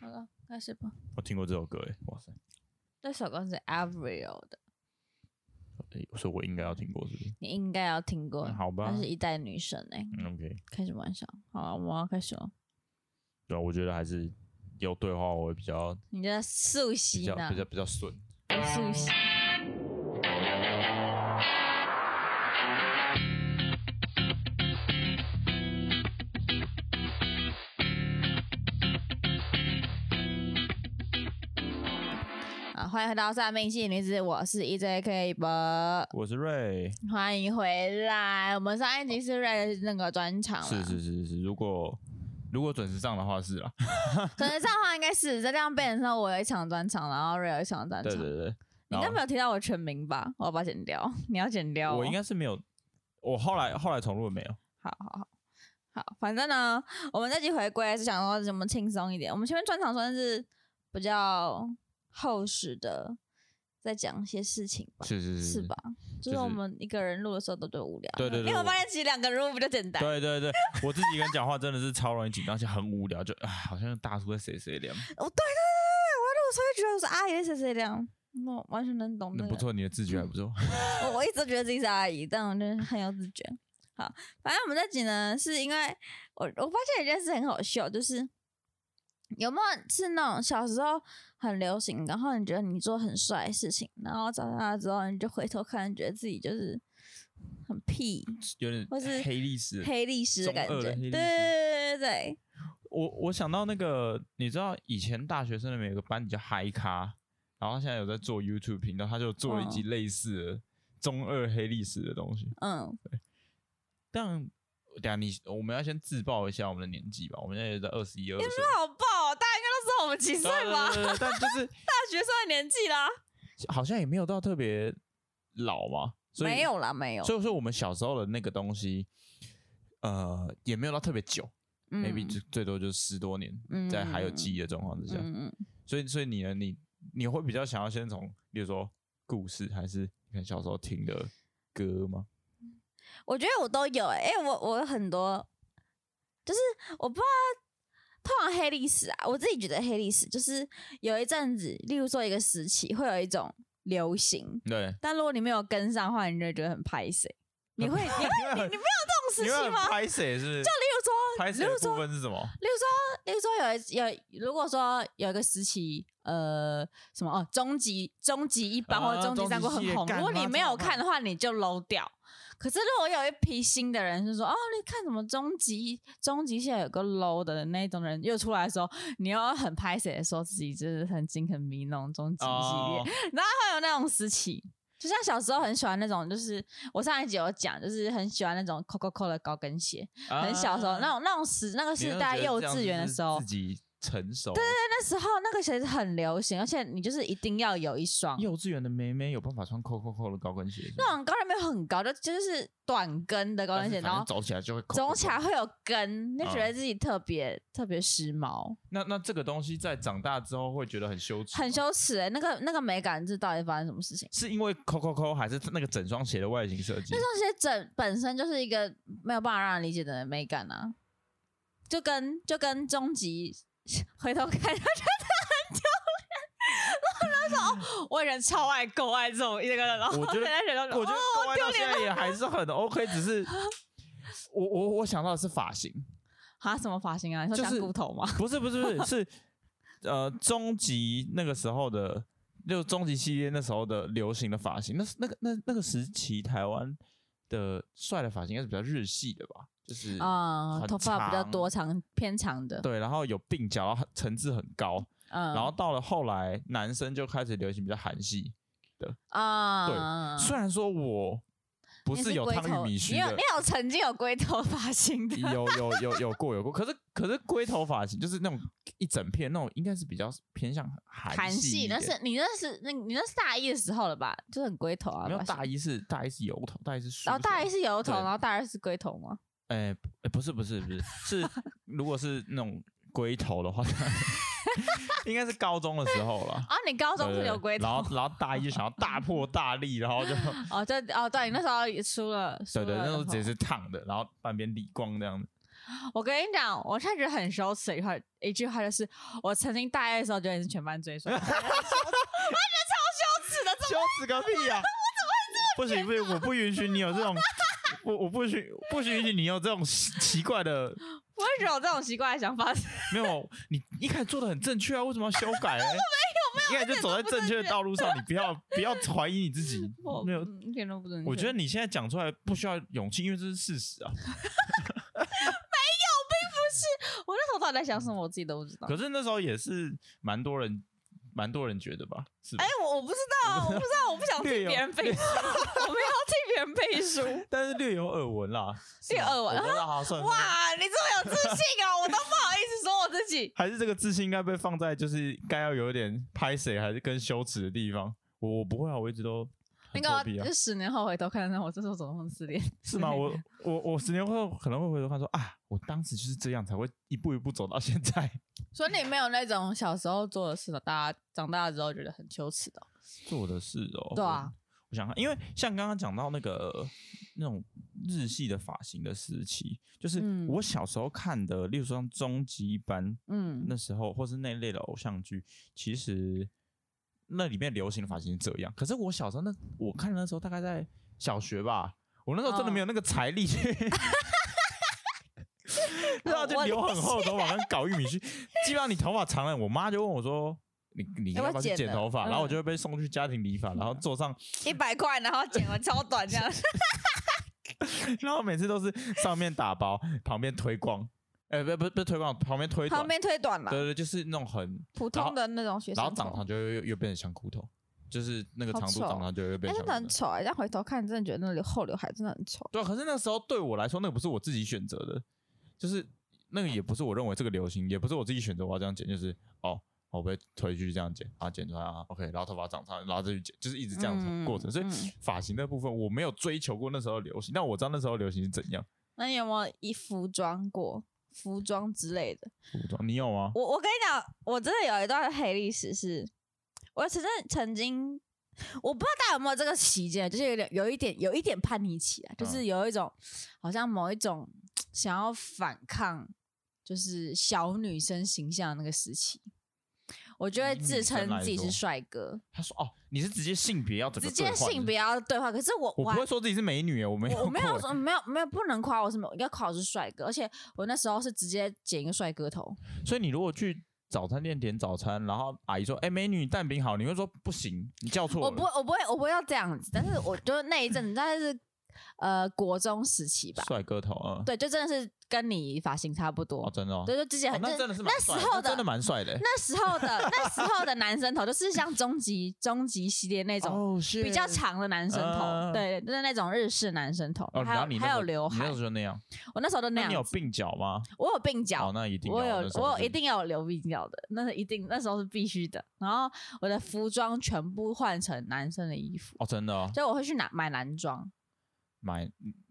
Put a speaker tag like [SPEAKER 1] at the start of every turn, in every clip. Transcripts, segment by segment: [SPEAKER 1] 哎了，开始吧。
[SPEAKER 2] 我听过这首歌欸诶，哇塞！
[SPEAKER 1] 这首歌是 Avril 的，
[SPEAKER 2] 诶所以我应该要听过是不是？
[SPEAKER 1] 你应该要听过。
[SPEAKER 2] 嗯好吧
[SPEAKER 1] 她是一代女神哎、
[SPEAKER 2] 嗯，OK。
[SPEAKER 1] 开什么玩笑？好了，我要开始了。
[SPEAKER 2] 对啊，我觉得还是有对话我会比较
[SPEAKER 1] 你在速
[SPEAKER 2] 比
[SPEAKER 1] 袭
[SPEAKER 2] 较
[SPEAKER 1] 呢
[SPEAKER 2] 比？较比较顺。
[SPEAKER 1] 速袭。好，啊欢迎回到《算命系女子》，我是 E EJK 博。
[SPEAKER 2] 我是瑞，
[SPEAKER 1] 欢迎回来，我们上一集是 Ray 的那个专场了，
[SPEAKER 2] 是是是是是，如果如果准时上的话是啦，
[SPEAKER 1] 可能这样的话应该是在这样变成说我有一场专场，然后 Ray 有一场专
[SPEAKER 2] 对
[SPEAKER 1] 场。
[SPEAKER 2] 对对。
[SPEAKER 1] 你
[SPEAKER 2] 然
[SPEAKER 1] 应该
[SPEAKER 2] 后
[SPEAKER 1] 没有提到我全名吧？我要把它剪掉，你要剪掉哦、
[SPEAKER 2] 我应该是没有，啊我后来后来重录了没有？
[SPEAKER 1] 好好好好，反正呢，我们这集回归是想说怎么轻松一点。我们前面专场算是比较厚实的，在讲一些事情吧，
[SPEAKER 2] 是是
[SPEAKER 1] 是吧？？就
[SPEAKER 2] 就是是
[SPEAKER 1] 我们一个人录的时候都觉得无聊，
[SPEAKER 2] 对对对
[SPEAKER 1] 因为我
[SPEAKER 2] 我
[SPEAKER 1] 发现其实两个人录比较简单。哦
[SPEAKER 2] 对对对， 我自己一个人讲话真的是超容易紧张，而且很无聊，就啊，好像大叔在谁谁脸。
[SPEAKER 1] 哦，对对对对对，我录的时候就觉得我是啊阿姨，谁谁这样，我完全能懂、那
[SPEAKER 2] 那
[SPEAKER 1] 个。
[SPEAKER 2] 不错，你的自觉还 不错。
[SPEAKER 1] 我我一直觉得自己是阿姨，但我真的很有自觉。好，反正我们这集呢，是因为我我发现一件事很好笑，就是有没有是那种小时候很流行，然后你觉得你做很帅的事情，然后长大之后你就回头看，觉得自己就是很 屁
[SPEAKER 2] 有点
[SPEAKER 1] 或是
[SPEAKER 2] 黑历史。
[SPEAKER 1] 黑历史的
[SPEAKER 2] 中
[SPEAKER 1] 感
[SPEAKER 2] 二
[SPEAKER 1] 觉。
[SPEAKER 2] 黑
[SPEAKER 1] 对
[SPEAKER 2] 历
[SPEAKER 1] 对对对
[SPEAKER 2] 史
[SPEAKER 1] 对，
[SPEAKER 2] 我我想到那个，你知道以前大学生里面有个班比叫嗨咖，然后他现在有在做 YouTube 频道，他就做了一集类似的中二黑历史的东西。
[SPEAKER 1] 嗯，
[SPEAKER 2] 但等一下你我们要先自曝一下我们的年纪吧，我们现在也在二十一二岁，
[SPEAKER 1] 好爆、大家应该都知道我们几岁吧？
[SPEAKER 2] 对对对对但就是
[SPEAKER 1] 大学生的年纪啦，
[SPEAKER 2] 好像也没有到特别老嘛，所以
[SPEAKER 1] 没有啦，没有。
[SPEAKER 2] 所以说我们小时候的那个东西，呃，也没有到特别久、
[SPEAKER 1] 嗯
[SPEAKER 2] m a y b e 最最多就十多年，
[SPEAKER 1] 嗯
[SPEAKER 2] 在还有记忆的状况之下，
[SPEAKER 1] 嗯嗯
[SPEAKER 2] 所以所以你呢，你你会比较想要先从，比如说故事，还是你看小时候听的歌吗？
[SPEAKER 1] 我觉得我都有、欸，哎、我我有很多，就是我不知道，通常黑历史啊，我自己觉得黑历史就是有一阵子，例如说一个时期会有一种流行，
[SPEAKER 2] 对，
[SPEAKER 1] 但如果你没有跟上的话，你就会觉得很拍谁，你会你会
[SPEAKER 2] 你
[SPEAKER 1] 你没有这种时
[SPEAKER 2] 你会
[SPEAKER 1] 期
[SPEAKER 2] 很
[SPEAKER 1] 吗？
[SPEAKER 2] 拍谁是不是？就
[SPEAKER 1] 例如说，
[SPEAKER 2] 拍谁
[SPEAKER 1] 例
[SPEAKER 2] 的
[SPEAKER 1] 如说
[SPEAKER 2] 部分是什么？
[SPEAKER 1] 例如说，例如说有一有，如果说有一个时期，呃，什么哦，终极终极一班
[SPEAKER 2] 啊
[SPEAKER 1] 或者终极三国很
[SPEAKER 2] 终极系列
[SPEAKER 1] 红，
[SPEAKER 2] 干
[SPEAKER 1] 如果
[SPEAKER 2] 妈
[SPEAKER 1] 你没
[SPEAKER 2] 超
[SPEAKER 1] 有
[SPEAKER 2] 好看
[SPEAKER 1] 看的话，你就 low 掉。可是如果有一批新的人就说，哦，你看什么终极终极现在有个 low 的那种人又出来的时候，你要很拍谁的说自己就是很精很迷弄终极系列，
[SPEAKER 2] 哦，
[SPEAKER 1] 会有那种时期。就像小时候很喜欢那种，就是我上一集有讲，就是很喜欢那种 Coco Coco 的高跟鞋，很小时候那
[SPEAKER 2] 啊
[SPEAKER 1] 种那种时那个
[SPEAKER 2] 你
[SPEAKER 1] 是
[SPEAKER 2] 会
[SPEAKER 1] 大概
[SPEAKER 2] 觉
[SPEAKER 1] 幼
[SPEAKER 2] 得这样
[SPEAKER 1] 稚
[SPEAKER 2] 子
[SPEAKER 1] 园的
[SPEAKER 2] 是
[SPEAKER 1] 时候啊
[SPEAKER 2] 自，己成熟。对对
[SPEAKER 1] 那时候那个鞋子很流行，而且你就是一定要有一双。
[SPEAKER 2] 啊幼稚园的妹妹有办法穿扣扣扣的高跟鞋是吗，
[SPEAKER 1] 那种高跟没有很高，就就是短跟的高
[SPEAKER 2] 但
[SPEAKER 1] 跟
[SPEAKER 2] 是
[SPEAKER 1] 鞋，
[SPEAKER 2] 反
[SPEAKER 1] 然
[SPEAKER 2] 正
[SPEAKER 1] 后
[SPEAKER 2] 走起来就会扣扣
[SPEAKER 1] 走
[SPEAKER 2] 扣
[SPEAKER 1] 起来会有跟，你就觉得
[SPEAKER 2] 嗯
[SPEAKER 1] 自己特别、特别时髦，
[SPEAKER 2] 那那这个东西在长大之后会觉得很羞耻，
[SPEAKER 1] 很，羞耻哎、那个那个美感是到底发生什么事情？
[SPEAKER 2] 是因为扣扣扣还是那个整双鞋的外形设计
[SPEAKER 1] 那？双鞋整本身就是一个没有办法让人理解的美感啊，就跟就跟终极回头看，就觉得很丢脸。然后那时候、哦、我以前超爱够爱这种一个，然后
[SPEAKER 2] 我觉得
[SPEAKER 1] 在觉得 哦
[SPEAKER 2] 我觉得各位到现在也还是很 OK，只是 我我我想到的是发型，
[SPEAKER 1] 啊什么发型啊？你说
[SPEAKER 2] 就
[SPEAKER 1] 像
[SPEAKER 2] 是
[SPEAKER 1] 骨头吗？
[SPEAKER 2] 不是不是不是是呃终极那个时候的，就终极系列那时候的流行的发型，那是那个那那个时期台湾的帅的发型应该是比较日系的吧，就是
[SPEAKER 1] 啊、
[SPEAKER 2] 很
[SPEAKER 1] 头发比较
[SPEAKER 2] 长
[SPEAKER 1] 多长偏长的，
[SPEAKER 2] 对，然后有鬓角，然后层次很高，
[SPEAKER 1] 嗯，
[SPEAKER 2] 然后到了后来男生就开始流行比较韩系，
[SPEAKER 1] 啊，
[SPEAKER 2] 虽然说我不
[SPEAKER 1] 你
[SPEAKER 2] 是有
[SPEAKER 1] 龟
[SPEAKER 2] 烫
[SPEAKER 1] 头
[SPEAKER 2] 玉米须
[SPEAKER 1] 你有
[SPEAKER 2] 的
[SPEAKER 1] 你。有曾经有龟头发型的，
[SPEAKER 2] 有有有有过有过，可是可是龟头发型就是那种一整片那种，应该是比较偏向韩
[SPEAKER 1] 韩
[SPEAKER 2] 系
[SPEAKER 1] 系
[SPEAKER 2] 一
[SPEAKER 1] 那
[SPEAKER 2] 点。
[SPEAKER 1] 是你那是那你那是大一的时候了吧？就很龟头啊，
[SPEAKER 2] 没有
[SPEAKER 1] 发型
[SPEAKER 2] 大一是大一是油头，大一是梳
[SPEAKER 1] 然后大一
[SPEAKER 2] 头
[SPEAKER 1] 是油头，
[SPEAKER 2] 对
[SPEAKER 1] 然后大二是龟头吗？
[SPEAKER 2] 哎、哎不是不是不是 是如果是那种龟头的话， 应该是高中的时候了。
[SPEAKER 3] 哦
[SPEAKER 1] 啊，你高中
[SPEAKER 2] 对
[SPEAKER 1] 是
[SPEAKER 2] 对
[SPEAKER 1] 有
[SPEAKER 2] 对
[SPEAKER 1] 龟
[SPEAKER 2] 然
[SPEAKER 1] 头
[SPEAKER 2] 后然后大一就想要大破大立，然后就
[SPEAKER 1] 哦，对哦，对，你那时候也输了，输
[SPEAKER 2] 对对，
[SPEAKER 1] 了
[SPEAKER 2] 那时候
[SPEAKER 1] 头
[SPEAKER 2] 直接是烫的，然后半边理光这样子。
[SPEAKER 3] 我跟你讲，我现在觉得很羞耻的一块一句话就是，我曾经大一的时候觉得你是全班 最帅的，
[SPEAKER 2] 羞耻个屁呀、不行不行，我不允许你有这 种，我我不许不许允许你有这种 奇奇怪的，
[SPEAKER 3] 我会觉得有这种奇怪的想法。
[SPEAKER 2] 没有，你一开始做的很正确啊，为什么要修改呢？我没有没有，你一开始就走在正确的道路上，你不要不要怀疑你自己
[SPEAKER 3] 我，
[SPEAKER 2] 没有。
[SPEAKER 3] 嗯一点都不准确。
[SPEAKER 2] 我觉得你现在讲出来不需要勇气，因为这是事实啊。
[SPEAKER 3] 我那时候到底在想什么，我自己都不知道。
[SPEAKER 2] 可是那时候也是蛮多人，蛮多人觉得吧，是吧？
[SPEAKER 3] 哎、我我不知道啊，我不知道，我不想替
[SPEAKER 2] 略有
[SPEAKER 3] 别人背书，
[SPEAKER 2] 哦
[SPEAKER 3] 我没有替别人背 书。
[SPEAKER 2] 但是略有耳闻啦，是
[SPEAKER 3] 略
[SPEAKER 2] 吗
[SPEAKER 3] 耳闻
[SPEAKER 2] 我不知道啊，算了
[SPEAKER 3] 哇，你这么有自信啊！我都不好意思说我自己。
[SPEAKER 2] 还是这个自信应该被放在就是该要有一点拍谁还是跟羞耻的地方。我我不会啊，我一直都
[SPEAKER 3] 那
[SPEAKER 2] 很
[SPEAKER 3] 个
[SPEAKER 2] 臭屁啊
[SPEAKER 3] 就，十年后回头看，那我这时候怎么那么自恋？
[SPEAKER 2] 是吗？我 我我十年后可能会回头看说啊，我当时就是这样才会一步一步走到现在。
[SPEAKER 3] 所以你没有那种小时候做的事的，大家长大之后觉得很羞耻
[SPEAKER 1] 哦
[SPEAKER 3] 的。
[SPEAKER 2] 做的事哦，
[SPEAKER 3] 对啊
[SPEAKER 2] 我，我想看，因为像刚刚讲到那个那种日系的发型的时期，就是
[SPEAKER 3] 嗯
[SPEAKER 2] 我小时候看的，例如说像终极一班
[SPEAKER 3] 嗯
[SPEAKER 2] 那时候，或是那类的偶像剧，其实那里面流行的发型是这样。可是我小时候那我看的那时候大概在小学吧，我那时候真的
[SPEAKER 1] 嗯
[SPEAKER 2] 没有那个财 力去。然后就
[SPEAKER 1] 我
[SPEAKER 2] 留很厚的头发，跟搞玉米须。基本上你头发长了，我妈就问我说：“你你
[SPEAKER 1] 要
[SPEAKER 2] 要
[SPEAKER 1] 不要
[SPEAKER 2] 不要去
[SPEAKER 1] 剪
[SPEAKER 2] 剪
[SPEAKER 1] 了嗯
[SPEAKER 2] 头发？”然后我
[SPEAKER 3] 嗯
[SPEAKER 2] 就会被送去家庭理发，然后坐上，
[SPEAKER 1] 一百块，然后剪完超短这样，
[SPEAKER 2] 然后每次都是上面打包，旁边推光，哎，不不不是推光，旁边 推短
[SPEAKER 1] 旁，边推短了
[SPEAKER 2] 对，对，就是那种很
[SPEAKER 1] 普通的那种学
[SPEAKER 2] 然
[SPEAKER 1] 生哎
[SPEAKER 2] 后长
[SPEAKER 1] 头
[SPEAKER 2] 长。就又又又变成香菇头，就是那个
[SPEAKER 1] 好
[SPEAKER 2] 长度
[SPEAKER 1] 丑
[SPEAKER 2] 长长就又
[SPEAKER 1] 哎
[SPEAKER 2] 变，成
[SPEAKER 1] 真的
[SPEAKER 2] 香
[SPEAKER 1] 很
[SPEAKER 2] 菇头。
[SPEAKER 1] 丑哎！但回头看，真的觉得那里后刘海真的很丑。
[SPEAKER 2] 对啊，可是那时候对我来说，那个不是我自己选择的，就是那个也不是我认为这个流行，也不是我自己选择我要这样剪，就是哦，我被推去这样剪啊，剪出来啊，OK，然后头发长长，然后再去剪，就是一直这样子
[SPEAKER 1] 嗯
[SPEAKER 2] 过程。所以
[SPEAKER 1] 嗯
[SPEAKER 2] 发型的部分我没有追求过那时候的流行，但我知道那时候流行是怎样。
[SPEAKER 1] 那你有没有一服装过？服装之类的，
[SPEAKER 2] 服装你有吗？
[SPEAKER 1] 我我跟你讲，我真的有一段黑历史是，我曾经曾经，我不知道大家有没有这个期间，就是有点有一点有一点叛逆期啊，
[SPEAKER 2] 嗯
[SPEAKER 1] 就是有一种、好像某一种想要反抗，就是小女生形象的那个时期，我就会
[SPEAKER 2] 以
[SPEAKER 1] 自
[SPEAKER 2] 嗯女生
[SPEAKER 1] 称
[SPEAKER 2] 来
[SPEAKER 1] 自己是
[SPEAKER 2] 说
[SPEAKER 1] 帅哥，
[SPEAKER 2] 他说哦，你是直接性别要整个
[SPEAKER 1] 直接
[SPEAKER 2] 兑换
[SPEAKER 1] 性
[SPEAKER 2] 的
[SPEAKER 1] 别，要对话，可是我
[SPEAKER 2] 我
[SPEAKER 1] 还
[SPEAKER 2] 不会说自己是美女耶，我没有
[SPEAKER 1] 我我没
[SPEAKER 2] 过
[SPEAKER 1] 有
[SPEAKER 2] 耶
[SPEAKER 1] 说没有没有不能夸我什么，要夸我是帅哥，而且我那时候是直接剪一个帅哥头，
[SPEAKER 2] 所以你如果去早餐店点早餐，然后阿姨说：“哎、美女蛋饼好。”你会说：“不行，你叫错了。”
[SPEAKER 1] 我不会我不会我不会要这样子，但是我就那一阵子，但是呃国中时期吧，
[SPEAKER 2] 帅哥头，嗯，
[SPEAKER 1] 对，就真的是跟你发型差不
[SPEAKER 2] 哦，
[SPEAKER 1] 多，
[SPEAKER 2] 真的哦，
[SPEAKER 1] 对，就之前
[SPEAKER 2] 哦
[SPEAKER 1] 很、
[SPEAKER 2] 那
[SPEAKER 1] 就
[SPEAKER 2] 真的是蛮
[SPEAKER 1] 那时
[SPEAKER 2] 帅的
[SPEAKER 1] 候
[SPEAKER 2] 那真的
[SPEAKER 1] 的。
[SPEAKER 2] 蛮帅的欸。
[SPEAKER 1] 那时候的那时候的男生头，就是像终极终极系列那种
[SPEAKER 2] 哦，是
[SPEAKER 1] 比较长的男生头，
[SPEAKER 2] 嗯
[SPEAKER 1] 对，就是那种日式男生头，
[SPEAKER 2] 哦，
[SPEAKER 1] 还
[SPEAKER 2] 然后
[SPEAKER 1] 有
[SPEAKER 2] 你
[SPEAKER 1] 还
[SPEAKER 2] 那时候
[SPEAKER 1] 有刘
[SPEAKER 2] 你
[SPEAKER 1] 海
[SPEAKER 2] 那时，候就那样。
[SPEAKER 1] 我那时候都那
[SPEAKER 2] 那你有
[SPEAKER 1] 样子，
[SPEAKER 2] 鬓角吗？
[SPEAKER 1] 我有鬓角
[SPEAKER 2] 哦，，那一定
[SPEAKER 1] 我
[SPEAKER 2] 要
[SPEAKER 1] 有
[SPEAKER 2] 那时候
[SPEAKER 1] 我
[SPEAKER 2] 是
[SPEAKER 1] 有一定要有留鬓角的，那是一定那时候是必须的。然后我的服装全部换成男生的衣服，
[SPEAKER 2] 哦，真的哦，
[SPEAKER 1] 就我会去拿买男装，
[SPEAKER 2] 买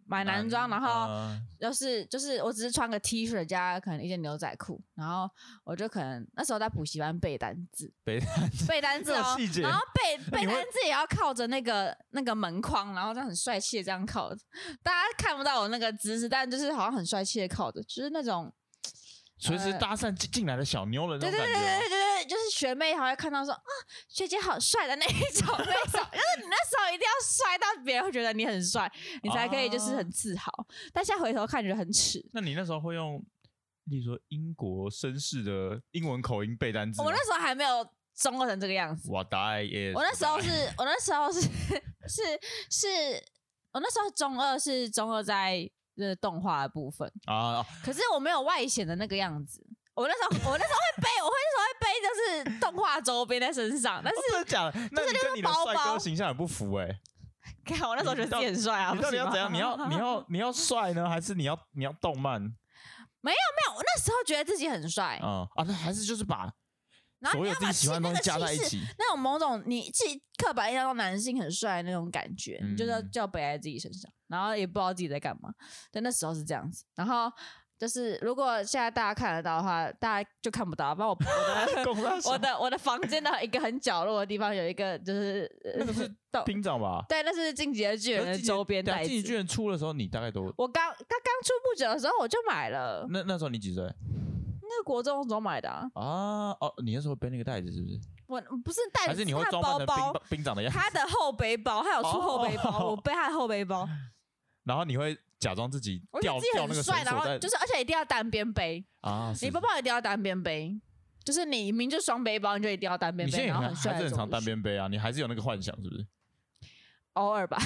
[SPEAKER 1] 买男装，然后
[SPEAKER 2] 嗯
[SPEAKER 1] 就是就是我只是穿个 T 恤加可能一件牛仔裤，然后我就可能那时候在补习班背单字，
[SPEAKER 2] 北 单子
[SPEAKER 1] 背单字
[SPEAKER 2] 这
[SPEAKER 1] 哦
[SPEAKER 2] 种细，节
[SPEAKER 1] 然后背
[SPEAKER 2] 那
[SPEAKER 1] 背
[SPEAKER 2] 你会
[SPEAKER 1] 单字也要靠着那个那个门框，然后这样很帅气的这样靠着， 大家看不到我那个姿势，但就是好像很帅气的靠着，就是那种。
[SPEAKER 2] 随时
[SPEAKER 1] 呃
[SPEAKER 2] 搭讪进进来的小妞了
[SPEAKER 1] 对
[SPEAKER 2] 那种
[SPEAKER 1] 对对
[SPEAKER 2] 感觉
[SPEAKER 1] 对
[SPEAKER 2] 哦。
[SPEAKER 1] 对对，就是学妹还会看到说啊，学姐好帅的那一种那一种，就是你那时候一定要帅到别人会觉得你很帅，你才可以就是
[SPEAKER 2] 哦
[SPEAKER 1] 很自豪。但现在回头看觉得很耻。
[SPEAKER 2] 那你那时候会用，例如说英国绅士的英文口音背单词？
[SPEAKER 1] 我那时候还没有中二成这个样子，
[SPEAKER 2] 我答案也，
[SPEAKER 1] 我那时候是我那时候是是是，我那时候中二是中二在呃动画的部分，
[SPEAKER 2] 啊，
[SPEAKER 1] 可是我没有外显的那个样子。我那时候，我那时候会背，我会那时候会背，就是动画周边在身上，但是
[SPEAKER 2] 哦 真的假的？那你跟你的
[SPEAKER 1] 包
[SPEAKER 2] 帅
[SPEAKER 1] 包
[SPEAKER 2] 哥形象很不符哎、
[SPEAKER 1] 看我那时候觉得自己很帅啊，
[SPEAKER 2] 你到底要
[SPEAKER 1] 不
[SPEAKER 2] 怎
[SPEAKER 1] 行吗
[SPEAKER 2] 样？你 要你要你要帅呢，还是你要你要动漫？
[SPEAKER 1] 没有，我那时候觉得自己很帅，
[SPEAKER 2] 嗯啊，那还是就是把
[SPEAKER 1] 哎然后
[SPEAKER 2] 所
[SPEAKER 1] 你
[SPEAKER 2] 有
[SPEAKER 1] 要
[SPEAKER 2] 自
[SPEAKER 1] 把
[SPEAKER 2] 己喜欢的
[SPEAKER 1] 那
[SPEAKER 2] 东
[SPEAKER 1] 个
[SPEAKER 2] 西加在一
[SPEAKER 1] 气势，
[SPEAKER 2] 起。
[SPEAKER 1] 那种某种你自己刻板印象中男性很帅的那种感觉，你就要
[SPEAKER 2] 嗯
[SPEAKER 1] 就要背在自己身上，然后也不知道自己在干嘛。但那时候是这样子，然后就是如果现在大家看得到的话，大家就看不到。不 然我我的
[SPEAKER 2] 公大 小
[SPEAKER 1] 我的我的房间的一个很角落的地方有一个，就是
[SPEAKER 2] 那个是
[SPEAKER 1] 到
[SPEAKER 2] 兵长吧？
[SPEAKER 1] 对，那是《进击的巨人》
[SPEAKER 2] 可
[SPEAKER 1] 的
[SPEAKER 2] 是进击
[SPEAKER 1] 周边
[SPEAKER 2] 等下
[SPEAKER 1] 袋
[SPEAKER 2] 进击
[SPEAKER 1] 子
[SPEAKER 2] 巨。人出的时候，你大概都
[SPEAKER 1] 我刚他刚出不久的时候我就买了，
[SPEAKER 2] 那那时候你几岁
[SPEAKER 1] 那个国中的时候买的、啊。
[SPEAKER 2] 啊？哦，你那时候背那个袋子是不是？
[SPEAKER 1] 我不是袋
[SPEAKER 2] 还
[SPEAKER 1] 子，
[SPEAKER 2] 是你会
[SPEAKER 1] 他的
[SPEAKER 2] 装扮
[SPEAKER 1] 包包
[SPEAKER 2] 成兵，兵长的样 子？
[SPEAKER 1] 他的后背包，他有出后背包，
[SPEAKER 2] 哦
[SPEAKER 1] 我背他的后背 包，
[SPEAKER 2] 然后你会假装自己
[SPEAKER 1] 我觉
[SPEAKER 2] 掉
[SPEAKER 1] 得自己
[SPEAKER 2] 掉那
[SPEAKER 1] 很
[SPEAKER 2] 个绳
[SPEAKER 1] 帅，然
[SPEAKER 2] 索
[SPEAKER 1] 后
[SPEAKER 2] 在
[SPEAKER 1] 就是而且一定要单边背，
[SPEAKER 2] 啊？
[SPEAKER 1] 你
[SPEAKER 2] 是
[SPEAKER 1] 包包一定要单边背，就是你明明就双背包，你就一定要单边
[SPEAKER 2] 你现
[SPEAKER 1] 背，
[SPEAKER 2] 在
[SPEAKER 1] 然后
[SPEAKER 2] 还
[SPEAKER 1] 很帅
[SPEAKER 2] 还
[SPEAKER 1] 的
[SPEAKER 2] 是很
[SPEAKER 1] 走
[SPEAKER 2] 常
[SPEAKER 1] 路
[SPEAKER 2] 单，边背啊？你还是有那个幻想是不是？
[SPEAKER 1] 偶尔吧。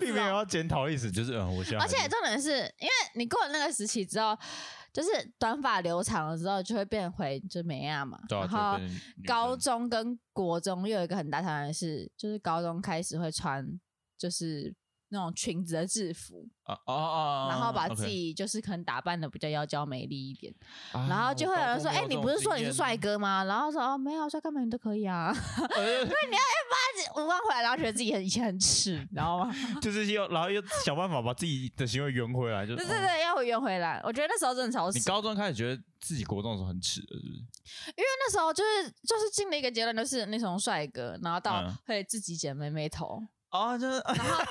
[SPEAKER 2] 并没有要检讨意思，就是嗯，我希望
[SPEAKER 1] 哦而
[SPEAKER 2] 还是。
[SPEAKER 1] 且重点是因为你过了那个时期之后，就是短发留长了之后，就会变回就美亚嘛，
[SPEAKER 2] 对啊
[SPEAKER 1] 然后。
[SPEAKER 2] 就变女
[SPEAKER 1] 高
[SPEAKER 2] 生
[SPEAKER 1] 中跟国中又有一个很大挑战是，就是高中开始会穿就是那种裙子的制服，
[SPEAKER 2] 啊啊啊，
[SPEAKER 1] 然后把
[SPEAKER 2] OK
[SPEAKER 1] 自己就是可能打扮的比较妖娇美丽一点，
[SPEAKER 2] 啊
[SPEAKER 1] 然后就会有人说：“哎、你不是说你是帅？
[SPEAKER 2] 我高中没有这种经
[SPEAKER 1] 哥
[SPEAKER 2] 验
[SPEAKER 1] 吗？”然后说：“哦，没有，帅哥美女都可以啊。 但是我刚回来，然后觉得自己很以前很耻，你知道吗？
[SPEAKER 2] 呃就是要，然后又想办法把自己的行为圆回来，就
[SPEAKER 1] 对
[SPEAKER 2] 是
[SPEAKER 1] 对
[SPEAKER 2] 哦
[SPEAKER 1] 对，要我圆回来。我觉得那时候真的超耻，
[SPEAKER 2] 你
[SPEAKER 1] 因为
[SPEAKER 2] 高中开始觉得自己国中的时候很耻了，是不是？
[SPEAKER 1] 那时候就是就是进了一个结论，就是你从帅哥，然后到
[SPEAKER 2] 嗯
[SPEAKER 1] 会自己剪妹妹头，
[SPEAKER 2] 啊，就是
[SPEAKER 1] 然后到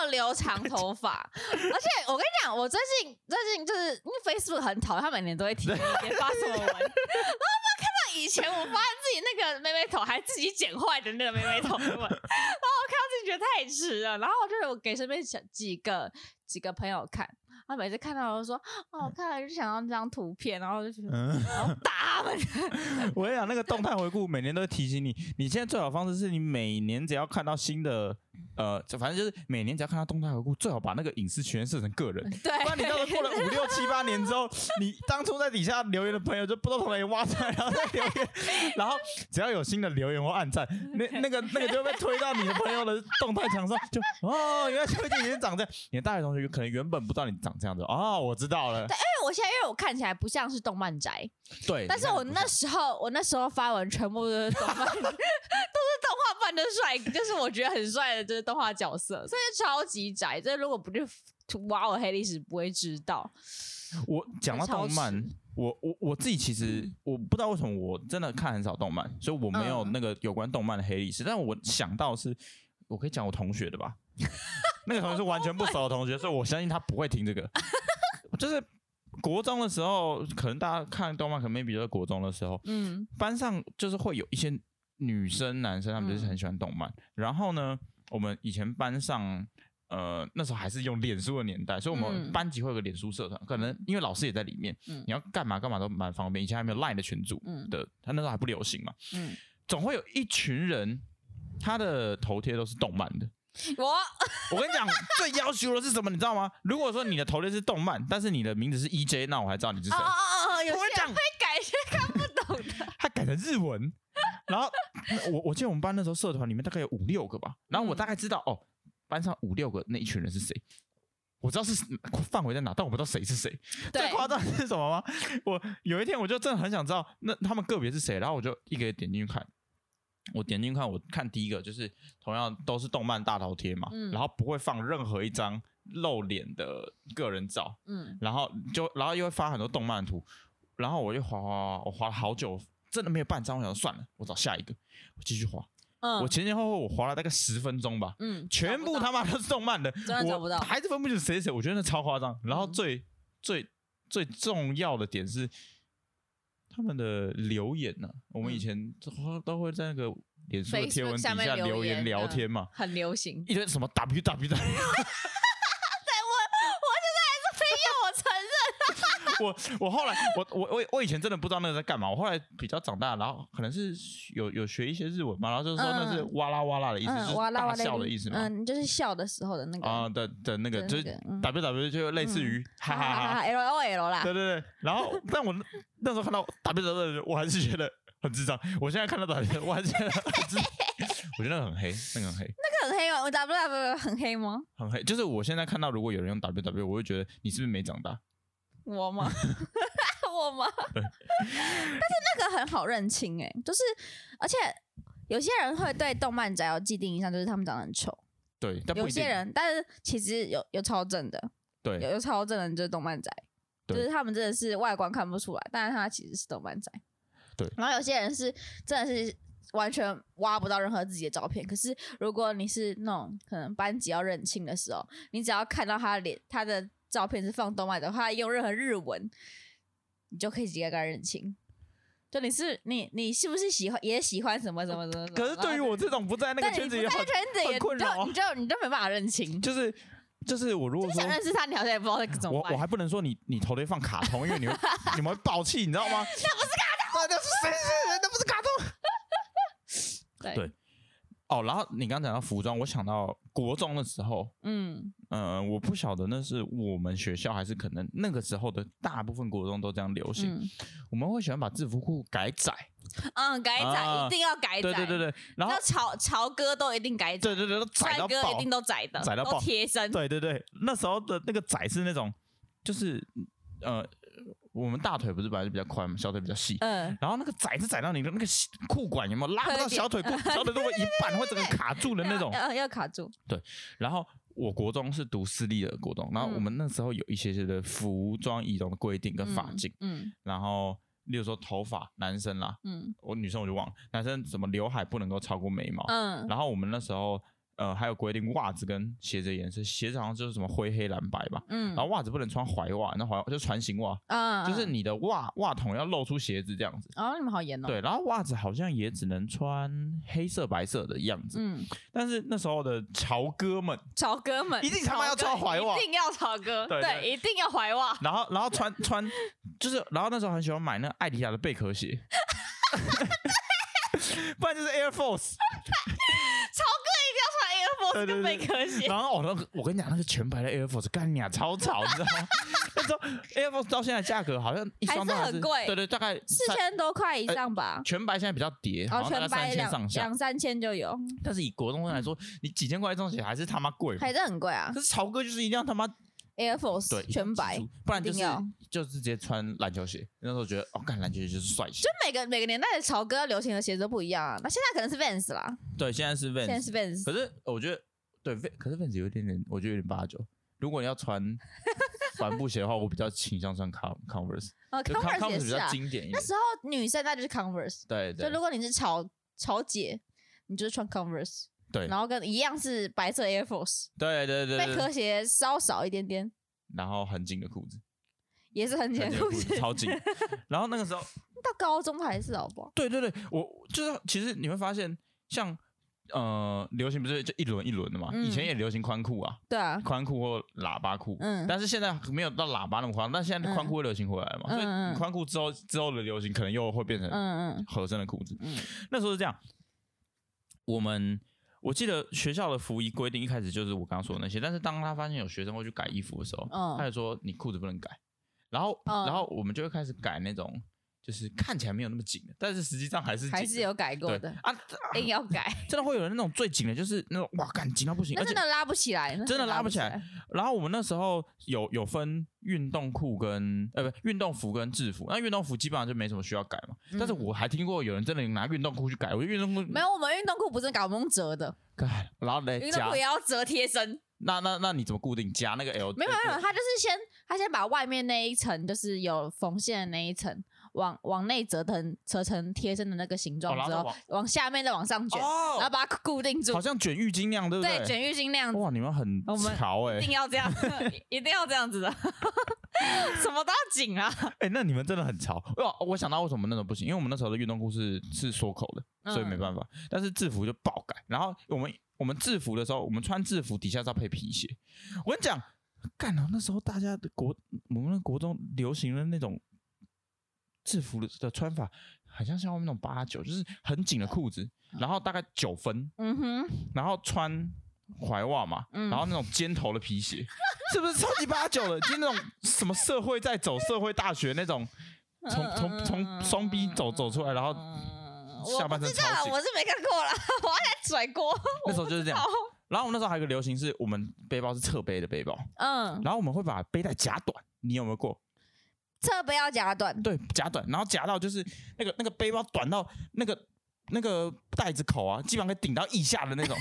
[SPEAKER 1] 到留长头发，而且我跟你讲，我最近最近就是因为 Facebook 很讨厌，他每年都会提你发什么文，然后我看到以前我发现自己那个妹妹头还自己剪坏的那个妹妹头文，然后我看到自己觉得太迟了，然后我就我给身边小几个几个朋友看，他每次看到我就说，哦，我看了就想要那张图片，然后我就觉得
[SPEAKER 2] 嗯，
[SPEAKER 1] 我要打他们，
[SPEAKER 2] 我跟你讲，那个动态回顾每年都会提醒你，你现在最好的方式是你每年只要看到新的，呃，就反正就是每年只要看到动态回顾，最好把那个隐私权设成个人，不然你到时候过了
[SPEAKER 1] 对。
[SPEAKER 2] 五六七八年之后，你当初在底下留言的朋友就不知道从哪里挖出来，然后再留言，然后只要有新的留言或暗赞，那那个那个就会被推到你的朋友的动态墙上，就哦，原来邱姐姐长这样，你的大学同学可能原本不知道你长这样子，哦，我知道了，
[SPEAKER 1] 因为我现在因为我看起来不像是动漫宅，
[SPEAKER 2] 对，
[SPEAKER 1] 但是我那时候，我那时候发文全部都是动漫， 都是动画版的帅，就是我觉得很帅的，就是动画角色，所以超级宅。这如果不是挖我黑历史，不会知道。
[SPEAKER 2] 我讲到动
[SPEAKER 1] 很
[SPEAKER 2] 漫
[SPEAKER 1] 超时。
[SPEAKER 2] 我我我自己其实我不知道为什么我真的看很少动漫，所以我没有
[SPEAKER 1] 嗯
[SPEAKER 2] 那个有关动漫的黑历史。但我想到是，我可以讲我同学 的吧，那个同学是完全不熟的同学，所以我相信他不会听 这个。就是国中的时候，可能大家看动漫，可能 maybe 在国中的时候，
[SPEAKER 1] 嗯
[SPEAKER 2] 班上就是会有一些女生、男生，他
[SPEAKER 1] 嗯
[SPEAKER 2] 们就是很喜欢动漫。然后呢，我们以前班上，呃，那时候还是用脸书的年代，所以我们
[SPEAKER 1] 嗯
[SPEAKER 2] 班级会有个脸书社团，可能因为老师也在里面，
[SPEAKER 1] 嗯
[SPEAKER 2] 你要干嘛干嘛都蛮方便。以前还没有 Line 的群组
[SPEAKER 1] 嗯
[SPEAKER 2] 的，他那时候还不流行嘛，
[SPEAKER 1] 嗯，
[SPEAKER 2] 总会有一群人，他的头贴都是动漫的。
[SPEAKER 1] 我
[SPEAKER 2] 我跟你讲，最要求的是什么，你知道吗？如果说你的头贴是动漫，但是你的名字是 EJ，那我还知道你是谁。
[SPEAKER 1] 哦哦哦，有
[SPEAKER 2] 我
[SPEAKER 1] 些
[SPEAKER 2] 跟你讲
[SPEAKER 1] 人会，改是看不懂的。
[SPEAKER 2] 他改成日文。 然后那我我记得我们班那时候社团里面大概有五六个吧，然后
[SPEAKER 1] 嗯
[SPEAKER 2] 我大概知道、哦，班上五六个那一群人是谁，我知道是范围在哪，但我不知道谁是谁。最
[SPEAKER 1] 对，
[SPEAKER 2] 夸张的是什么吗？我有一天我就真的很想知道那他们个别是谁，然后我就一个一个点进去看。我点进去看，我看第一个就是同样都是动漫大头贴嘛，
[SPEAKER 1] 嗯
[SPEAKER 2] 然后不会放任何一张露脸的个人照，
[SPEAKER 1] 嗯，
[SPEAKER 2] 然后就然后又会发很多动漫图，然后我就划划划，我划了好久，真的没有半张，我想算了，我找下一个，我继续划。
[SPEAKER 1] 嗯
[SPEAKER 2] 我前前后后我划了大概十分钟吧，
[SPEAKER 1] 嗯，
[SPEAKER 2] 全部他妈都是动漫的，
[SPEAKER 1] 真的找不到
[SPEAKER 2] 我还是分不清谁是谁，我觉得那超夸张。然后
[SPEAKER 1] 嗯
[SPEAKER 2] 最、最最重要的点是他们的留言呢、我们以
[SPEAKER 1] 嗯
[SPEAKER 2] 前都都会在那个脸书的
[SPEAKER 1] Facebook
[SPEAKER 2] 贴文底
[SPEAKER 1] 下面
[SPEAKER 2] 下
[SPEAKER 1] 留
[SPEAKER 2] 留言
[SPEAKER 1] 言
[SPEAKER 2] 聊
[SPEAKER 1] 嗯
[SPEAKER 2] 天嘛，
[SPEAKER 1] 很流行。
[SPEAKER 2] 一堆什么 W W W。
[SPEAKER 1] 要我承认，
[SPEAKER 2] 我 我后来我我我我以前真的不知道那个在干嘛，我后来比较长大，然后可能是有有学一些日文嘛，然后就说那是
[SPEAKER 1] 嗯
[SPEAKER 2] 哇啦哇啦的意思，就是
[SPEAKER 1] 哇啦哇
[SPEAKER 2] 大
[SPEAKER 1] 啦
[SPEAKER 2] 笑的意思嘛，
[SPEAKER 1] 嗯，就是笑的时候的那个
[SPEAKER 2] 啊的的那个
[SPEAKER 1] 的那
[SPEAKER 2] 就是
[SPEAKER 1] 个嗯
[SPEAKER 2] W W 就类似于哈
[SPEAKER 1] 哈
[SPEAKER 2] 哈
[SPEAKER 1] 哈哈
[SPEAKER 2] 哈，
[SPEAKER 1] ，L O L 啦，
[SPEAKER 2] 对对对，然后但我那那时候看到 W W，我还是觉得很智障，我现在看到 W，我还是觉得很智，我觉得那个很黑，那个很黑，
[SPEAKER 1] 那个很黑吗？我 W W 很黑吗？
[SPEAKER 2] 很黑，就是我现在看到如果有人用 W W，我会觉得你是不是没长大？
[SPEAKER 1] 我 吗？ 我吗？ 但是那个很好认清哎、就是而且有些人会对动漫宅有既定印象，就是他们长得很丑。
[SPEAKER 2] 对，但不
[SPEAKER 1] 有
[SPEAKER 2] 一定
[SPEAKER 1] 些人，但是其实有有超正的，有
[SPEAKER 2] 对
[SPEAKER 1] 有超多真人就是动漫宅，就
[SPEAKER 2] 对
[SPEAKER 1] 是他们真的是外观看不出来，但是他其实是动漫宅。
[SPEAKER 2] 对
[SPEAKER 1] 然后有些人是真的是完全挖不到任何自己的照片，可是如果你是那种可能班级要认亲的时候，你只要看到他的脸，他的照片是放动漫的话，他用任何日文，你就可以直接跟他认亲。就你是你你是不是喜欢也喜欢什么什么什么什么？
[SPEAKER 2] 可是对于
[SPEAKER 1] 然后
[SPEAKER 2] 我这种不在那
[SPEAKER 1] 但
[SPEAKER 2] 个
[SPEAKER 1] 你不
[SPEAKER 2] 圈子
[SPEAKER 1] 在
[SPEAKER 2] 也很，
[SPEAKER 1] 圈子也，你
[SPEAKER 2] 困扰
[SPEAKER 1] 就
[SPEAKER 2] 啊
[SPEAKER 1] 你就你就没办法认亲。
[SPEAKER 2] 就是就是我如果
[SPEAKER 3] 你
[SPEAKER 2] 说
[SPEAKER 3] 想认识他，你好像也不知道该怎
[SPEAKER 2] 我
[SPEAKER 3] 么办
[SPEAKER 2] 我。还不能说你你头里放卡通，因为 你会你们会爆气，你知道吗？那不是卡通，那是谁是那不是卡通。
[SPEAKER 3] 对
[SPEAKER 2] 对哦，然后你刚讲到服装，我想到国中的时候，
[SPEAKER 1] 嗯，
[SPEAKER 2] 呃，我不晓得那是我们学校还是可能那个时候的大部分国中都这样流行，
[SPEAKER 1] 嗯
[SPEAKER 2] 我们会喜欢把制服裤改窄，
[SPEAKER 1] 嗯，改仔、
[SPEAKER 2] 啊
[SPEAKER 1] 一定要改仔，
[SPEAKER 2] 对对对对，然后
[SPEAKER 1] 要潮潮哥都一定改仔，
[SPEAKER 2] 对对对都窄
[SPEAKER 1] 帅
[SPEAKER 2] 到
[SPEAKER 1] 哥
[SPEAKER 2] 爆
[SPEAKER 1] 一，定都窄的，
[SPEAKER 2] 窄到
[SPEAKER 1] 都
[SPEAKER 2] 爆
[SPEAKER 1] 贴身。
[SPEAKER 2] 对对对，那时候的那个窄是那种就是呃，我们大腿不是本来就比较宽嘛，小腿比较细，
[SPEAKER 1] 嗯，
[SPEAKER 2] 然后那个窄是窄到你的那个细裤管有没有拉不
[SPEAKER 1] 有
[SPEAKER 2] 到
[SPEAKER 1] 点
[SPEAKER 2] 小腿裤，小腿都会一半会整个卡住的那种。
[SPEAKER 1] 要要要卡住。
[SPEAKER 2] 然后我国中是读私立的国中，然后我们那时候有一些些的服装仪容的规定跟发禁，
[SPEAKER 1] 嗯嗯
[SPEAKER 2] 然后例如说头发，男生啦，
[SPEAKER 1] 嗯
[SPEAKER 2] 我女生我就忘了，男生什么刘海不能够超过眉毛，
[SPEAKER 1] 嗯，
[SPEAKER 2] 然后我们那时候呃还有规定袜子跟鞋子的颜色，鞋子好像就是什么灰黑蓝白吧，
[SPEAKER 1] 嗯
[SPEAKER 2] 然后袜子不能穿踝袜，那踝袜就船型袜，
[SPEAKER 1] 啊
[SPEAKER 2] 就是你的袜袜筒要露出鞋子这样子。
[SPEAKER 1] 哦，你们好严哦。，
[SPEAKER 2] 对，然后袜子好像也只能穿黑色、白色的样子，
[SPEAKER 1] 嗯，
[SPEAKER 2] 但是那时候的潮哥们，
[SPEAKER 1] 潮哥们
[SPEAKER 2] 一定他妈要
[SPEAKER 1] 潮
[SPEAKER 2] 穿
[SPEAKER 1] 哥
[SPEAKER 2] 怀袜
[SPEAKER 1] 一定要潮哥，
[SPEAKER 2] 对
[SPEAKER 1] 对，
[SPEAKER 2] 对
[SPEAKER 1] 一定要怀袜。
[SPEAKER 2] 然后然后穿穿就是，然后那时候很喜欢买那个艾迪达的贝壳鞋， 不然就是 Air Force，
[SPEAKER 1] 潮哥一
[SPEAKER 2] 对
[SPEAKER 1] 定要穿 Air Force 跟
[SPEAKER 2] 对对
[SPEAKER 1] 贝壳鞋，
[SPEAKER 2] 然后我哦那个我跟你讲那个全白的 Air Force，干你啊，超吵，你知道吗？ 那时候 Air Force 到现在价格好像一双都
[SPEAKER 1] 还是
[SPEAKER 2] 还
[SPEAKER 1] 很贵
[SPEAKER 2] 对对，大概
[SPEAKER 1] 四
[SPEAKER 2] 三
[SPEAKER 1] 千多块以上吧。
[SPEAKER 2] 全白现在比较跌，好
[SPEAKER 1] 哦，
[SPEAKER 2] 像大
[SPEAKER 1] 全
[SPEAKER 2] 概
[SPEAKER 1] 白
[SPEAKER 2] 三千
[SPEAKER 1] 两
[SPEAKER 2] 上下，
[SPEAKER 1] 两三千就有，
[SPEAKER 2] 但是以国中生来说，你几千块一双鞋还是他妈贵嘛。
[SPEAKER 1] 还是很贵啊
[SPEAKER 2] 可。是潮哥就是一定要他妈
[SPEAKER 1] Air
[SPEAKER 2] 对
[SPEAKER 1] Force
[SPEAKER 2] 一定
[SPEAKER 1] 全
[SPEAKER 2] 要
[SPEAKER 1] 白，就
[SPEAKER 2] 记住不然就
[SPEAKER 1] 一
[SPEAKER 2] 是
[SPEAKER 1] 定要
[SPEAKER 2] 就是直接穿篮球鞋。那时候觉得哦，干篮球鞋就是帅气。
[SPEAKER 1] 每个每个年代的潮哥流行的鞋子都不一样啊。那现在可能是 Vans 啦，
[SPEAKER 2] 对，现在是
[SPEAKER 1] 现在
[SPEAKER 2] Vans，
[SPEAKER 1] 是 Vans，
[SPEAKER 2] 可是我觉得对 Van，可是 Vans 有一点点，我觉得有点八九。如果你 要穿帆布鞋的话，我比较倾向穿 Con Converse，
[SPEAKER 1] 哦
[SPEAKER 2] 就 Con-
[SPEAKER 1] ，Converse 也
[SPEAKER 2] Converse 比
[SPEAKER 1] 是
[SPEAKER 2] 较
[SPEAKER 1] 啊。
[SPEAKER 2] 经典一点
[SPEAKER 1] 那。时候女生那就是 Converse，
[SPEAKER 2] 对
[SPEAKER 1] 就
[SPEAKER 2] 对
[SPEAKER 1] 如果你是潮潮姐，你就是穿 Converse，
[SPEAKER 2] 对
[SPEAKER 1] 然后跟一样是白色 Air Force，
[SPEAKER 2] 对对对
[SPEAKER 1] 贝
[SPEAKER 2] 对
[SPEAKER 1] 壳
[SPEAKER 2] 对，
[SPEAKER 1] 鞋稍少一点点，
[SPEAKER 2] 然后很紧的裤子，
[SPEAKER 1] 也是很
[SPEAKER 2] 很
[SPEAKER 1] 简单
[SPEAKER 2] 紧的
[SPEAKER 1] 故
[SPEAKER 2] 裤子
[SPEAKER 1] 事。
[SPEAKER 2] 超紧。 然后那个时候，
[SPEAKER 1] 到高中还是好不好？
[SPEAKER 2] 对对对，我就是其实你会发现，像呃，流行不是就一轮一轮的嘛？以前
[SPEAKER 1] 嗯
[SPEAKER 2] 也流行宽裤啊，
[SPEAKER 1] 对啊，
[SPEAKER 2] 宽裤或喇叭裤，
[SPEAKER 1] 嗯
[SPEAKER 2] 但是现在没有到喇叭那么宽，但现在宽裤会流行回来嘛，
[SPEAKER 1] 嗯
[SPEAKER 2] 所
[SPEAKER 1] 嗯嗯
[SPEAKER 2] 以宽裤之后之后的流行可能又会变成
[SPEAKER 1] 嗯嗯
[SPEAKER 2] 合身的裤子。
[SPEAKER 1] 嗯
[SPEAKER 2] 那时候是这样，我们我记得学校的服仪规定一开始就是我刚刚说的那些，但是当他发现有学生会去改衣服的时候，
[SPEAKER 1] 嗯
[SPEAKER 2] 他就说你裤子不能改，然后、
[SPEAKER 1] 嗯
[SPEAKER 2] 然后我们就会开始改那种就是看起来没有那么紧的，但是实际上还是
[SPEAKER 1] 嗯，
[SPEAKER 2] 紧
[SPEAKER 1] 还
[SPEAKER 2] 的
[SPEAKER 1] 是有改过
[SPEAKER 2] 对
[SPEAKER 1] 的，
[SPEAKER 2] 啊，
[SPEAKER 1] 硬要 改，
[SPEAKER 2] 真的会有人那种最紧的，就是那种哇，干紧到不行，
[SPEAKER 1] 那
[SPEAKER 2] 而且
[SPEAKER 1] 真的拉不起来，那
[SPEAKER 2] 真的拉不起来
[SPEAKER 1] 来。
[SPEAKER 2] 然后我们那时候有有分运动裤跟呃不运动服跟制服，那运动服基本上就没什么需要改嘛。但是
[SPEAKER 1] 嗯
[SPEAKER 2] 我还听过有人真的拿运动裤去改，我觉得运动裤
[SPEAKER 1] 没有，我们运动裤不是搞蒙折的，
[SPEAKER 2] 改，然后来
[SPEAKER 1] 运动
[SPEAKER 2] 哎夹
[SPEAKER 1] 裤也，要折贴身。
[SPEAKER 2] 那那那你怎么固定夹那个 L？
[SPEAKER 1] 没有没有，他就是先他先把外面那一层，就是有缝线的那一层，往往内折成折成贴身的那个形状
[SPEAKER 2] 哦然后
[SPEAKER 1] 之
[SPEAKER 2] 再
[SPEAKER 1] 后，
[SPEAKER 2] 往
[SPEAKER 1] 往下面再往上卷，然后
[SPEAKER 2] 哦，
[SPEAKER 1] 把它固定住
[SPEAKER 2] 好，像卷浴巾那样，对不
[SPEAKER 1] 对，卷浴巾那样子，
[SPEAKER 2] 哇，你们很
[SPEAKER 1] 我们
[SPEAKER 2] 潮哎、
[SPEAKER 1] 一定要这样，一定要这样子 的，什么都要紧啊，
[SPEAKER 2] 哎、那你们真的很潮。哇，我想到为什么那种不行，因为我们那时候的运动裤是是缩口的，所以没
[SPEAKER 1] 嗯
[SPEAKER 2] 办法。但是制服就爆改。然后我们我们制服的时候，我们穿制服底下是要配皮鞋。我跟你讲，干哦了那时候大家的国我们的国中流行的那种制服的的穿法，很像像外面那种八九，就是很紧的裤子，然后大概九分，
[SPEAKER 1] 嗯哼，
[SPEAKER 2] 然后穿踝袜嘛，
[SPEAKER 1] 嗯
[SPEAKER 2] 然后那种尖头的皮鞋， 是不是超级八九的？就是那种什么社会在走社会大学那种，从从从双逼走走出来，然后
[SPEAKER 1] 嗯
[SPEAKER 2] 下半
[SPEAKER 1] 我不
[SPEAKER 2] 身
[SPEAKER 1] 知道
[SPEAKER 2] 超，紧
[SPEAKER 1] 我是没看过啦， 我要在甩锅，
[SPEAKER 2] 那时候就是这样
[SPEAKER 1] 我不。
[SPEAKER 2] 然后我们那时候还有一个流行是我们背包是侧背的背包，
[SPEAKER 1] 嗯，
[SPEAKER 2] 然后我们会把背带夹短，你有没有过？
[SPEAKER 1] 侧背要夹短，
[SPEAKER 4] 嗯
[SPEAKER 2] 对，夹短，然后夹到就是 那个那个背包短到那个那个带子口啊，基本上可以顶到腋下的那种，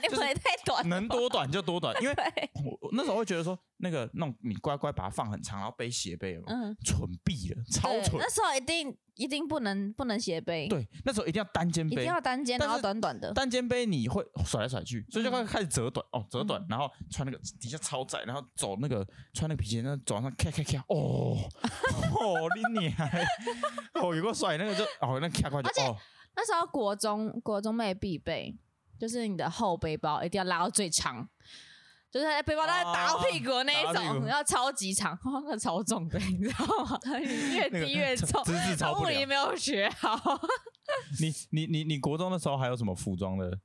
[SPEAKER 4] 你
[SPEAKER 2] 就是
[SPEAKER 4] 腿太短了，
[SPEAKER 2] 能多短就多短，因为
[SPEAKER 4] 对，
[SPEAKER 2] 我我那时候会觉得说，那个那种你乖乖把它放很长，然后背斜背了嘛，
[SPEAKER 4] 嗯，
[SPEAKER 2] 蠢毙了，超
[SPEAKER 4] 对
[SPEAKER 2] 蠢
[SPEAKER 4] 那。时候一定一定不能不能斜背，，
[SPEAKER 2] 对，那时候一定要单肩
[SPEAKER 4] 一定
[SPEAKER 2] 背，
[SPEAKER 4] 要单肩，
[SPEAKER 2] 但
[SPEAKER 4] 然
[SPEAKER 2] 是
[SPEAKER 4] 后短短的，
[SPEAKER 2] 单肩背你会哦甩来甩去，所以就
[SPEAKER 4] 嗯
[SPEAKER 2] 开开始折短哦，折短，然后穿那个底下超窄，然后走那个穿那个皮鞋，那走上咔咔咔， 哦哦，你你还哦，有个甩那个就哦，那咔快就
[SPEAKER 1] 而且
[SPEAKER 2] 哦，
[SPEAKER 1] 那时候国中国中妹必备，就是你的后背包一定要拉到最长，就是背包大概打到屁股的那一
[SPEAKER 2] 哦打到屁
[SPEAKER 1] 种，
[SPEAKER 2] 股
[SPEAKER 1] 要超级长，哇那个超重的，你知道吗？越
[SPEAKER 2] 那个
[SPEAKER 1] 低越重。
[SPEAKER 2] 姿姿势超不
[SPEAKER 1] 物
[SPEAKER 2] 了
[SPEAKER 1] 理。没有学好，
[SPEAKER 2] 你你你你国中的时候还有什么服装的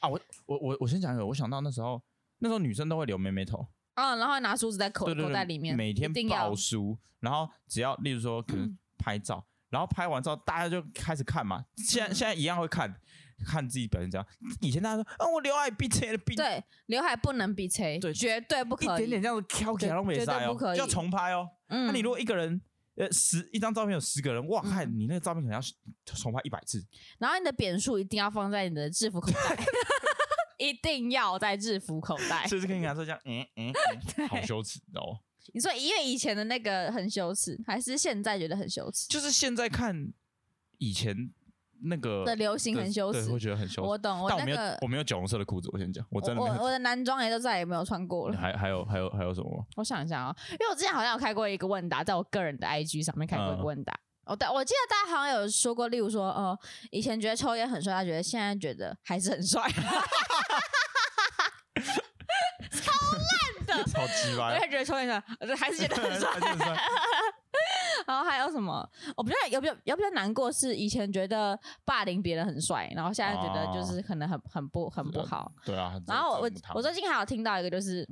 [SPEAKER 2] 啊？我我我我先讲一个，我想到那时候那时候女生都会留妹妹头，
[SPEAKER 1] 嗯，然后拿梳子在口
[SPEAKER 2] 对对
[SPEAKER 1] 口
[SPEAKER 2] 对，
[SPEAKER 1] 袋里面，
[SPEAKER 2] 每天
[SPEAKER 1] 一定要嗯
[SPEAKER 2] 爆书，然后只要例如说可能拍照，然后拍完照大家就开始看嘛，现在、
[SPEAKER 1] 嗯
[SPEAKER 2] 现在一样会看。看自己表现怎样。以前大家说，啊，我刘海比谁的比
[SPEAKER 1] 对刘海不能比垂，
[SPEAKER 2] 对
[SPEAKER 1] 绝对不
[SPEAKER 2] 一
[SPEAKER 1] 可
[SPEAKER 2] 点点
[SPEAKER 1] 以。
[SPEAKER 2] 这样子挑起来
[SPEAKER 1] 对
[SPEAKER 2] 都没
[SPEAKER 1] 绝对
[SPEAKER 2] 晒哦
[SPEAKER 1] 不，可以
[SPEAKER 2] 就要重拍哦。那、
[SPEAKER 1] 嗯
[SPEAKER 2] 你如果一个人，呃，十一张照片有十个人，哇，看你那个照片可能要重拍一 百次。
[SPEAKER 1] 然后你的扁梳一定要放在你的制服口袋， 一定要在制服口袋。
[SPEAKER 2] 就是跟你讲说这样，嗯 嗯，嗯好羞耻，你知道吗？
[SPEAKER 1] 你说因为以前的那个很羞耻，还是现在觉得很羞耻？
[SPEAKER 2] 就是现在看以前那个
[SPEAKER 1] 的流行很羞
[SPEAKER 2] 对
[SPEAKER 1] 耻
[SPEAKER 2] 会觉得很羞耻。
[SPEAKER 1] 我懂，我
[SPEAKER 2] 但我
[SPEAKER 1] 哦那
[SPEAKER 2] 没有
[SPEAKER 1] 个
[SPEAKER 2] 我没有酒红色的裤子，我先讲，我
[SPEAKER 1] 我
[SPEAKER 2] 真的没
[SPEAKER 1] 我
[SPEAKER 2] 有。
[SPEAKER 1] 我的男装也都再也没有穿过了。
[SPEAKER 2] 还还有还有还有什 么吗？
[SPEAKER 1] 我想一下啊、因为我之前好像有开过一个问答，在我个人的 IG 上面开过一个
[SPEAKER 2] 嗯
[SPEAKER 1] 问答。我但我记得大家好像有说过，例如说，呃，以前觉得抽烟很帅，他觉得现在觉得还是很帅，
[SPEAKER 2] 超级
[SPEAKER 1] 我也
[SPEAKER 2] 歪，
[SPEAKER 1] 觉得抽烟很，还是觉得很帅。
[SPEAKER 2] 还是帅
[SPEAKER 1] 然后还有什么？我比较有比较有比较难过是以前觉得霸凌别人很帅，然后现在觉
[SPEAKER 2] 哦
[SPEAKER 1] 得就是可能很很不很不好。
[SPEAKER 2] 对啊。
[SPEAKER 1] 然后我我
[SPEAKER 2] 这这
[SPEAKER 1] 我最近还有听到一个，就是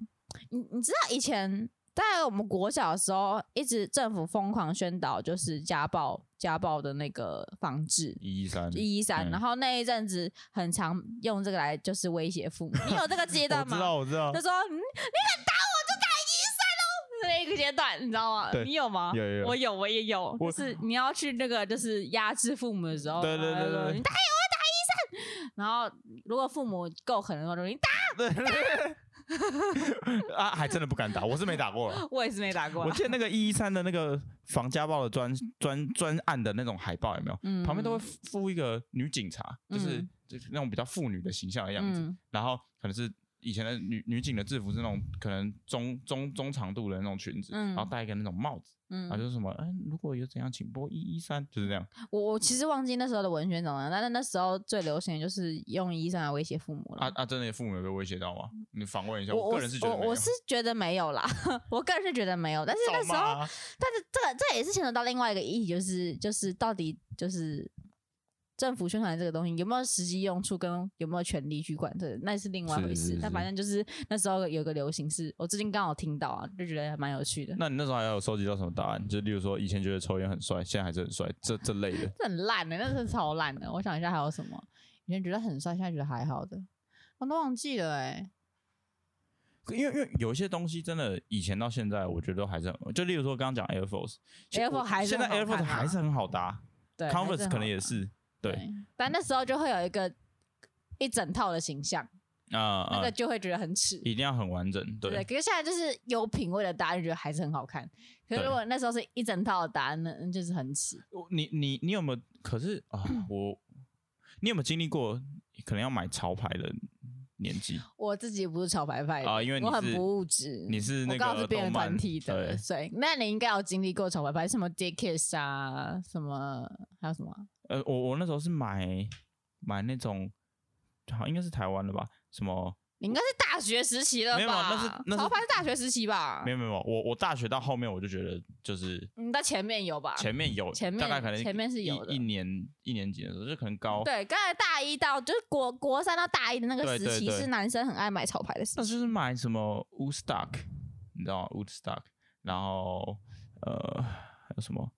[SPEAKER 1] 你你知道以前在我们国小的时候，一直政府疯狂宣导就是家暴家暴的那个防治
[SPEAKER 2] 一一三，
[SPEAKER 1] 一一三，
[SPEAKER 2] 嗯
[SPEAKER 1] 然后那一阵子很常用这个来就是威胁父母。你有这个阶
[SPEAKER 2] 我
[SPEAKER 1] 段
[SPEAKER 2] 知道
[SPEAKER 1] 吗？
[SPEAKER 2] 我知道
[SPEAKER 1] 就，说嗯你敢打我就打一一三喽，那一个阶段你知道吗？
[SPEAKER 2] 对
[SPEAKER 1] 你有吗？
[SPEAKER 2] 有有有
[SPEAKER 1] 我有我也有，
[SPEAKER 2] 我
[SPEAKER 1] 就是你要去那个就是压制父母的时候，
[SPEAKER 2] 对对对对
[SPEAKER 1] 然后就说
[SPEAKER 2] 对
[SPEAKER 1] 你打我打一三，然后如果父母够狠的话，就说你打。
[SPEAKER 2] 啊，还真的不敢打，我是没打过了。
[SPEAKER 1] 我也是没打过
[SPEAKER 2] 我
[SPEAKER 1] 啊。
[SPEAKER 2] 记得那个一一三的那个防家暴的专专专案的那种海报有没有？
[SPEAKER 1] 嗯
[SPEAKER 2] 旁边都会附附一个女警察，就是
[SPEAKER 1] 嗯
[SPEAKER 2] 就是那种比较妇女的形象的样子。
[SPEAKER 1] 嗯
[SPEAKER 2] 然后可能是以前的女女警的制服是那种可能中中中长度的那种裙子，
[SPEAKER 1] 嗯
[SPEAKER 2] 然后戴一个那种帽子，然后
[SPEAKER 1] 嗯，
[SPEAKER 2] 就是什么，嗯、如果有怎样，请拨一一三，就是这样。
[SPEAKER 1] 我我其实忘记那时候的文宣怎么样，但是那时候最流行的就是用医生来威胁父母了。
[SPEAKER 2] 啊啊，真的父母有被威胁到吗？你访问一下，
[SPEAKER 1] 我
[SPEAKER 2] 个
[SPEAKER 1] 我
[SPEAKER 2] 人是
[SPEAKER 1] 是
[SPEAKER 2] 觉得
[SPEAKER 1] 我
[SPEAKER 2] 没有
[SPEAKER 1] 我是觉得没有啦， 我个人是觉得没有，但是那时
[SPEAKER 2] 造
[SPEAKER 1] 候，
[SPEAKER 2] 骂啊
[SPEAKER 1] 但是这个这也是牵扯到另外一个议题，就是就是到底就是政府宣传这个东西有没有实际用处，跟有没有权利去管这，那是另外一回
[SPEAKER 2] 是
[SPEAKER 1] 事
[SPEAKER 2] 是。
[SPEAKER 1] 但
[SPEAKER 2] 是
[SPEAKER 1] 反正就是那时候有个流行是，我最近刚好听到啊，就觉得还蛮有趣的。。
[SPEAKER 2] 那你那时候还有收集到什么答案？就例如说，以前觉得抽烟很帅，现在还是很帅，这这类的
[SPEAKER 1] 这很烂的、那是超烂的。我想一下还有什么，以前觉得很帅，现在觉得还好的，我都忘记了哎、
[SPEAKER 2] 因为因为有一些东西真的以前到现在，我觉得都还是很，就例如说刚刚讲 Air Force，Air
[SPEAKER 1] Air Force 还是
[SPEAKER 2] 现
[SPEAKER 1] 很
[SPEAKER 2] 在
[SPEAKER 1] 好
[SPEAKER 2] Air Force
[SPEAKER 1] 看啊
[SPEAKER 2] 还是很好搭
[SPEAKER 1] 对
[SPEAKER 2] ，Converse 可能也
[SPEAKER 1] 是
[SPEAKER 2] 是啊
[SPEAKER 1] 很
[SPEAKER 2] 对
[SPEAKER 1] 好看，但那时候就会有一个一整套的形象，
[SPEAKER 2] 啊
[SPEAKER 1] 那
[SPEAKER 2] 啊
[SPEAKER 1] 个，就会觉得很耻。
[SPEAKER 2] 一定要很完整，
[SPEAKER 1] 对不对，
[SPEAKER 2] 对
[SPEAKER 1] 可是现在就是有品味的答案，觉得还是很好看。可是
[SPEAKER 2] 对
[SPEAKER 1] 如果那时候是一整套的答案，那那就是很耻。
[SPEAKER 2] 我你你你有没有？可是啊，我你有没有经历过可能要买潮牌的年纪？
[SPEAKER 1] 我自己不是潮牌派的
[SPEAKER 2] 啊因为你
[SPEAKER 1] 哎我很
[SPEAKER 2] 是
[SPEAKER 1] 不物质，
[SPEAKER 2] 你是那
[SPEAKER 1] 我刚好
[SPEAKER 2] 个
[SPEAKER 1] 是别人
[SPEAKER 2] 动漫
[SPEAKER 1] 团体的，
[SPEAKER 2] 对
[SPEAKER 1] 所以那你应该有经历过潮牌派，什么 d i c k i s 啊，什么还有什么啊
[SPEAKER 2] 呃，我我那时候是买买那种，好应该是台湾的吧？什么？
[SPEAKER 1] 你应该是大学时期了吧？
[SPEAKER 2] 没有啊那是那是
[SPEAKER 1] 潮牌是大学时期吧？
[SPEAKER 2] 没有没有，没有我我大学到后面我就觉得就是
[SPEAKER 1] 你在前面有吧？
[SPEAKER 2] 前面有，
[SPEAKER 1] 啊前
[SPEAKER 2] 大概
[SPEAKER 1] 面
[SPEAKER 2] 可能
[SPEAKER 1] 前面是有的
[SPEAKER 2] 一一年一年级的时候，就可能高，
[SPEAKER 1] 对，刚才大一到就是国国三到大一的那个
[SPEAKER 2] 对
[SPEAKER 1] 时
[SPEAKER 2] 对
[SPEAKER 1] 期，
[SPEAKER 2] 对
[SPEAKER 1] 是男生很爱买潮牌的时
[SPEAKER 2] 那
[SPEAKER 1] 期。
[SPEAKER 2] 就是买什么 Woodstock，你知道吗？Woodstock，然后呃还有什么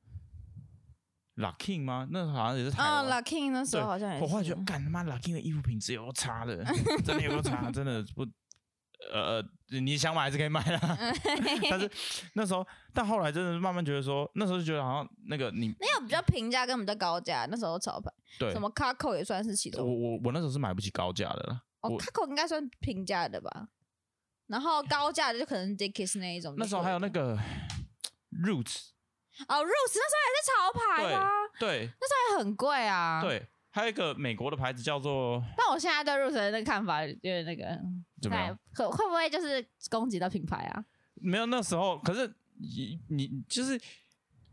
[SPEAKER 2] Luckin 吗？那好像也是台
[SPEAKER 1] 啊
[SPEAKER 2] 湾。
[SPEAKER 1] ，Lucky 那时
[SPEAKER 2] 对
[SPEAKER 1] 候好像也是。
[SPEAKER 2] 我后来觉得，干他妈 Lucky 的衣服品质有够差的，真的有够差，真的不，呃，你想买还是可以买啦。
[SPEAKER 4] 嗯
[SPEAKER 2] 但是那时候，但后来真的是慢慢觉得说，那时候就觉得好像那个你
[SPEAKER 4] 那有比较平价跟比较高价，那时候潮牌
[SPEAKER 2] 对
[SPEAKER 4] 什么 Carco 也算是其
[SPEAKER 2] 我
[SPEAKER 4] 中，
[SPEAKER 2] 我我那时候是买不起高价的啦，
[SPEAKER 1] 哦
[SPEAKER 2] 我
[SPEAKER 1] ，Taco 应该算平价的吧。然后高价的就可能 Dickies 那一种就贵了。
[SPEAKER 2] 那时候还有那个 Roots，
[SPEAKER 1] 哦，Rose 那时候还是潮牌
[SPEAKER 2] 对
[SPEAKER 1] 啦、
[SPEAKER 2] 对
[SPEAKER 3] 那啊很贵啊。，
[SPEAKER 2] 对，还有一个美国的牌子叫做
[SPEAKER 3] 但我现在对 Rose 的那个看法有点那个，
[SPEAKER 2] 怎么样？
[SPEAKER 3] 可会不会就是攻击到品牌啊？
[SPEAKER 2] 没有那时候，可是你你就是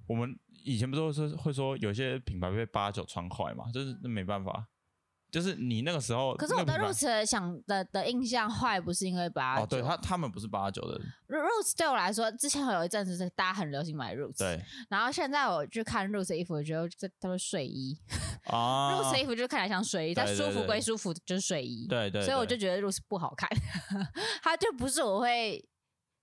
[SPEAKER 2] 我们以前不都是会说有些品牌被八九穿坏嘛，就是那没办法，就是你那个时候，
[SPEAKER 3] 可是我
[SPEAKER 2] 那
[SPEAKER 3] 对
[SPEAKER 2] 个品牌
[SPEAKER 3] Rose 想的的印象坏，不是因为把
[SPEAKER 2] 哦，对他他们不是八九的，
[SPEAKER 3] Rose 对我来说，之前有一阵子是大家很流行买 Rose，
[SPEAKER 2] 对
[SPEAKER 3] 然后现在我去看 Rose 的衣服，我觉得这它是睡衣、r
[SPEAKER 2] 啊
[SPEAKER 3] o s e 的衣服就看起来像睡衣，
[SPEAKER 2] 对
[SPEAKER 3] 但舒
[SPEAKER 2] 对
[SPEAKER 3] 服
[SPEAKER 2] 对
[SPEAKER 3] 归舒服，就是睡衣。
[SPEAKER 2] 对对，
[SPEAKER 3] 所以我就
[SPEAKER 2] 对
[SPEAKER 3] 觉得 Rose 不好 看，它就不是我会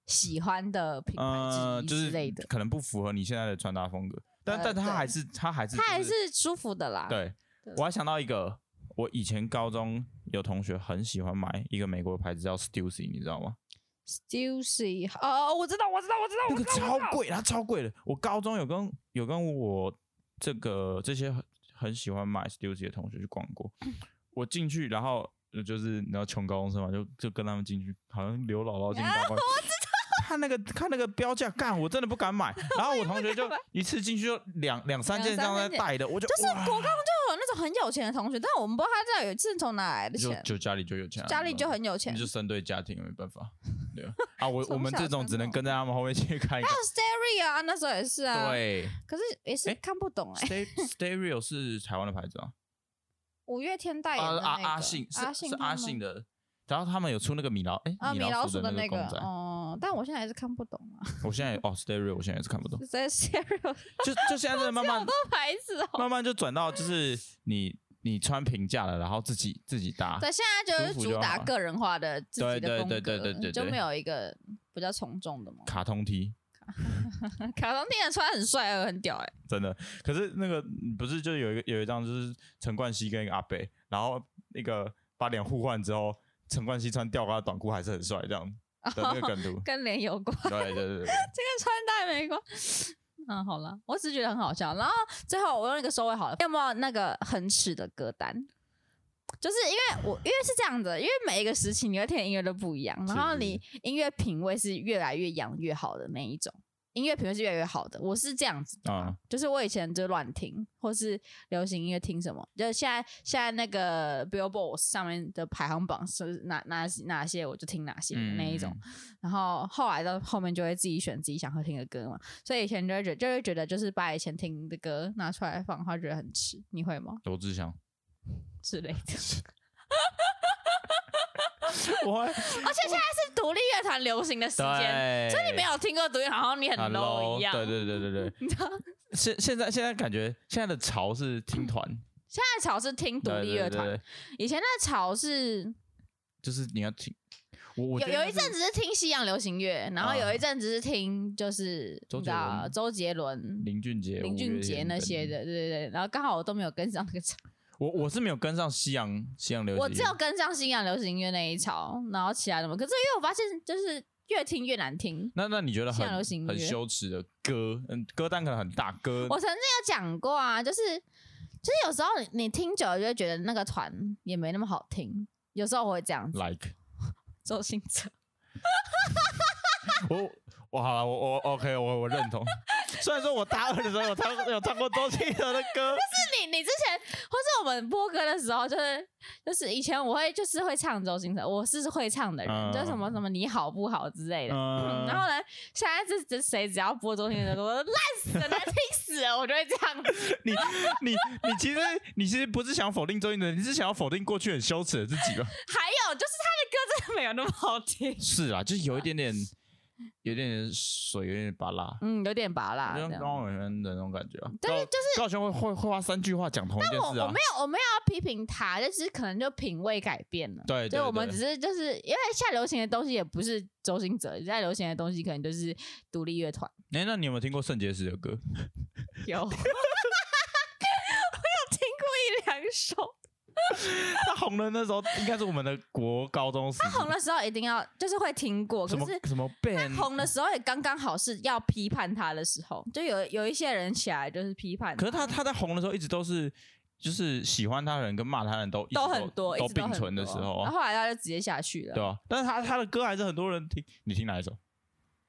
[SPEAKER 3] 喜欢的品牌
[SPEAKER 2] 呃，
[SPEAKER 3] 之
[SPEAKER 2] 就
[SPEAKER 3] 一
[SPEAKER 2] 是
[SPEAKER 3] 之类的。
[SPEAKER 2] 可能不符合你现在的穿搭风格，但
[SPEAKER 3] 呃
[SPEAKER 2] 但他
[SPEAKER 3] 对
[SPEAKER 2] 还是他还是
[SPEAKER 3] 它
[SPEAKER 2] 就
[SPEAKER 3] 还是舒服的啦。
[SPEAKER 2] 对
[SPEAKER 3] 对，
[SPEAKER 2] 我还想到一个，我以前高中有同学很喜欢买一个美国牌子叫 Stussy，你知道吗？
[SPEAKER 3] ，Stussy，哦，我知道，我知道，我知道，
[SPEAKER 2] 那
[SPEAKER 3] 我
[SPEAKER 2] 个
[SPEAKER 3] 知道，
[SPEAKER 2] 超
[SPEAKER 3] 我知道。
[SPEAKER 2] 贵，它超贵的。我高中有跟有跟我这个这些很很喜欢买 Stussy 的同学去逛过，
[SPEAKER 1] 嗯
[SPEAKER 2] 我进去然后。呃就是你知道穷高中生嘛，就就跟他们进去，好像刘姥姥进
[SPEAKER 1] 啊
[SPEAKER 2] 大观。我知道。看那个看那个标价，干我真的不敢买。然后我同学就一次进去就两两三
[SPEAKER 1] 两
[SPEAKER 2] 件这样
[SPEAKER 1] 三
[SPEAKER 2] 在
[SPEAKER 1] 件
[SPEAKER 2] 带的，我就就是
[SPEAKER 1] 国高就哦有那种很有钱的同学，但我们不知道他这样有一次从哪来的
[SPEAKER 2] 就
[SPEAKER 1] 钱，
[SPEAKER 2] 就家里就有钱啊，
[SPEAKER 1] 家里
[SPEAKER 2] 你知
[SPEAKER 1] 就
[SPEAKER 2] 道吗
[SPEAKER 1] 很有钱哦
[SPEAKER 2] 你。就生对家庭没办法，对啊啊，我
[SPEAKER 1] 从
[SPEAKER 2] 我们
[SPEAKER 1] 小
[SPEAKER 2] 这种
[SPEAKER 1] 看
[SPEAKER 2] 只能
[SPEAKER 1] 到
[SPEAKER 2] 跟在他们后面去看一看。
[SPEAKER 1] Starry 啊，那时候也是 啊，
[SPEAKER 2] 对
[SPEAKER 1] 可是也是
[SPEAKER 2] 诶
[SPEAKER 1] 看不懂哎、
[SPEAKER 2] Sta-，Stereo 是台湾的牌子啊，
[SPEAKER 1] 五月天代言
[SPEAKER 2] 啊
[SPEAKER 1] 的
[SPEAKER 2] 阿
[SPEAKER 1] 那个
[SPEAKER 2] 阿信是
[SPEAKER 1] 阿
[SPEAKER 2] 是
[SPEAKER 1] 他
[SPEAKER 2] 阿
[SPEAKER 1] 们
[SPEAKER 2] 信的，然后他们有出那个米老哎
[SPEAKER 1] 啊，米老
[SPEAKER 2] 鼠
[SPEAKER 1] 鼠的
[SPEAKER 2] 那
[SPEAKER 1] 那
[SPEAKER 2] 个
[SPEAKER 1] 个
[SPEAKER 2] 公仔，
[SPEAKER 1] 哦，但我现在还是看不懂啊，
[SPEAKER 2] 我现在也哦 Stereo 我现在也是看 不懂，
[SPEAKER 1] 就在 Stereo
[SPEAKER 2] 就就现在真的慢慢
[SPEAKER 1] 牌子哦。
[SPEAKER 2] 慢慢就转到就是你你穿平价了，然后自己自己 搭，
[SPEAKER 1] 对，现在就是
[SPEAKER 2] 舒服就
[SPEAKER 1] 主打
[SPEAKER 2] 好
[SPEAKER 1] 个人化的自己
[SPEAKER 2] 对
[SPEAKER 1] 的风格，
[SPEAKER 2] 对对对对对
[SPEAKER 1] 就
[SPEAKER 2] 对
[SPEAKER 1] 没有一个比较从众的嘛。
[SPEAKER 2] 卡通 T
[SPEAKER 1] 卡通店的穿很帅，呃很屌哎、。
[SPEAKER 2] 真的。可是那个嗯不是就有一个有一张就是陈冠希跟一个阿贝，然后那个把脸互换之后，陈冠希穿吊嘎短裤还是很帅这样的那个梗图
[SPEAKER 1] 跟脸有关，
[SPEAKER 2] 对对对对，
[SPEAKER 1] 这跟穿戴没关。嗯，好了，我只是觉得很好笑。然后最后我用一个收尾好了，有没有那个很耻的歌单？就是因为我因为是这样的，因为每一个时期你会听的音乐都不一样，然后
[SPEAKER 2] 是是
[SPEAKER 1] 你音乐品味是越来越养越好的那一种，音乐品味是越来越好的。我是这样子的啊、
[SPEAKER 2] 嗯
[SPEAKER 1] 就是我以前就乱听，或是流行音乐听什么，就是现在现在那个 Billboard 上面的排行榜是哪哪哪些我就听哪些的
[SPEAKER 2] 嗯
[SPEAKER 1] 那一种。然后后来到后面就会自己选自己想要听的歌嘛，所以以前就会觉就会觉得就是把以前听的歌拿出来放的话，觉得很迟，你会吗？
[SPEAKER 2] 罗志祥，
[SPEAKER 1] 之类的。 而
[SPEAKER 2] 我
[SPEAKER 1] 哦且现在是独立乐团流行的时间，
[SPEAKER 2] 对，
[SPEAKER 1] 所以你没有听过独立，好像你很
[SPEAKER 2] 很
[SPEAKER 1] low 一样。
[SPEAKER 2] 对对对对对，
[SPEAKER 1] 你知道，
[SPEAKER 2] 现现在现在感觉现在的潮是听团，
[SPEAKER 1] 现在潮是听独
[SPEAKER 2] 对
[SPEAKER 1] 立
[SPEAKER 2] 对
[SPEAKER 1] 乐
[SPEAKER 2] 对
[SPEAKER 1] 团，
[SPEAKER 2] 对
[SPEAKER 1] 以前那潮是
[SPEAKER 2] 就是你要听。我我
[SPEAKER 1] 有
[SPEAKER 2] 觉得
[SPEAKER 1] 有一
[SPEAKER 2] 就是啊
[SPEAKER 1] 阵子是听西洋流行乐，然后有一阵子是听就是
[SPEAKER 2] 周
[SPEAKER 1] 你
[SPEAKER 2] 杰
[SPEAKER 1] 知
[SPEAKER 2] 伦
[SPEAKER 1] 道啊周杰伦、
[SPEAKER 2] 林俊杰、
[SPEAKER 1] 林
[SPEAKER 2] 五
[SPEAKER 1] 俊
[SPEAKER 2] 月
[SPEAKER 1] 杰
[SPEAKER 2] 天
[SPEAKER 1] 那
[SPEAKER 2] 等
[SPEAKER 1] 些
[SPEAKER 2] 等，
[SPEAKER 1] 的，对对对。然后刚好我都没有跟上那个潮，
[SPEAKER 2] 我我是没有跟上西洋西 洋流行乐，
[SPEAKER 1] 我只有跟上西洋流行乐那一潮，然后其他的嘛。可是因为我发现就是越听越难听。
[SPEAKER 2] 那那你觉得
[SPEAKER 1] 现
[SPEAKER 2] 很
[SPEAKER 1] 在流行音
[SPEAKER 2] 很
[SPEAKER 1] 乐
[SPEAKER 2] 羞耻的歌，嗯，歌单可能很大，歌
[SPEAKER 1] 我曾经有讲过啊，就是就是有时候你你听久了就会觉得那个团也没那么好听，有时候我会这样子。
[SPEAKER 2] like
[SPEAKER 1] 周星驰，
[SPEAKER 2] 我我好了，我我 OK，我我认同。 虽然说我大二的时候有唱有唱过周杰伦的歌，
[SPEAKER 1] 是你你之前或是我们播歌的时候，就是就是以前我会就是会唱周星驰，我是会唱的人，
[SPEAKER 2] 嗯
[SPEAKER 1] 就是什么什么你好不好之类的。
[SPEAKER 2] 嗯
[SPEAKER 1] 然后呢，现在这这谁只要播周星驰的歌，我都烂死了，难听死了，我就会这样 子。
[SPEAKER 2] 你你你其实你其实不是想否定周杰伦，你是想要否定过去很羞耻的自己吧？
[SPEAKER 1] 还有就是他的歌真的没有那么好听，
[SPEAKER 2] 是啊，就是有一点点，有一点点水，有点拔辣。
[SPEAKER 1] 嗯，有点拔辣。
[SPEAKER 2] 就像
[SPEAKER 1] 这样
[SPEAKER 2] 高伟轩的那种感觉啊，
[SPEAKER 1] 但是
[SPEAKER 2] 就是高雄会会会花三句话讲同一件
[SPEAKER 1] 我
[SPEAKER 2] 事
[SPEAKER 1] 我
[SPEAKER 2] 啊
[SPEAKER 1] 没，有我没有要批评他，但是可能就品味改变了。
[SPEAKER 2] 对
[SPEAKER 1] 所以
[SPEAKER 2] 对
[SPEAKER 1] 我们
[SPEAKER 2] 对
[SPEAKER 1] 只是就是因为现在流行的东西也不是周星哲，现在流行的东西可能就是独立乐团。
[SPEAKER 2] 哎、那你有没有听过圣洁石的歌？
[SPEAKER 1] 有，我有听过一两首。
[SPEAKER 2] 他红的那时候应该是我们的国高中时期，
[SPEAKER 1] 红的时候一定要就是会听过，
[SPEAKER 2] 什
[SPEAKER 1] 可
[SPEAKER 2] 么
[SPEAKER 1] 是
[SPEAKER 2] 什么 band
[SPEAKER 1] 红的时候也刚刚好是要批判他的时候，就有有一些人起来就是批判。
[SPEAKER 2] 可是他他在红的时候一直都是就是喜欢他的人跟骂他的人都一直
[SPEAKER 1] 都很多，
[SPEAKER 2] 都
[SPEAKER 1] 一直
[SPEAKER 2] 并
[SPEAKER 1] 很
[SPEAKER 2] 存的
[SPEAKER 1] 多
[SPEAKER 2] 时候
[SPEAKER 1] 然
[SPEAKER 2] 啊
[SPEAKER 1] 后，后来他就直接下去
[SPEAKER 2] 对
[SPEAKER 1] 了。
[SPEAKER 2] 啊，但是他他的歌还是很多人听，你听哪一首？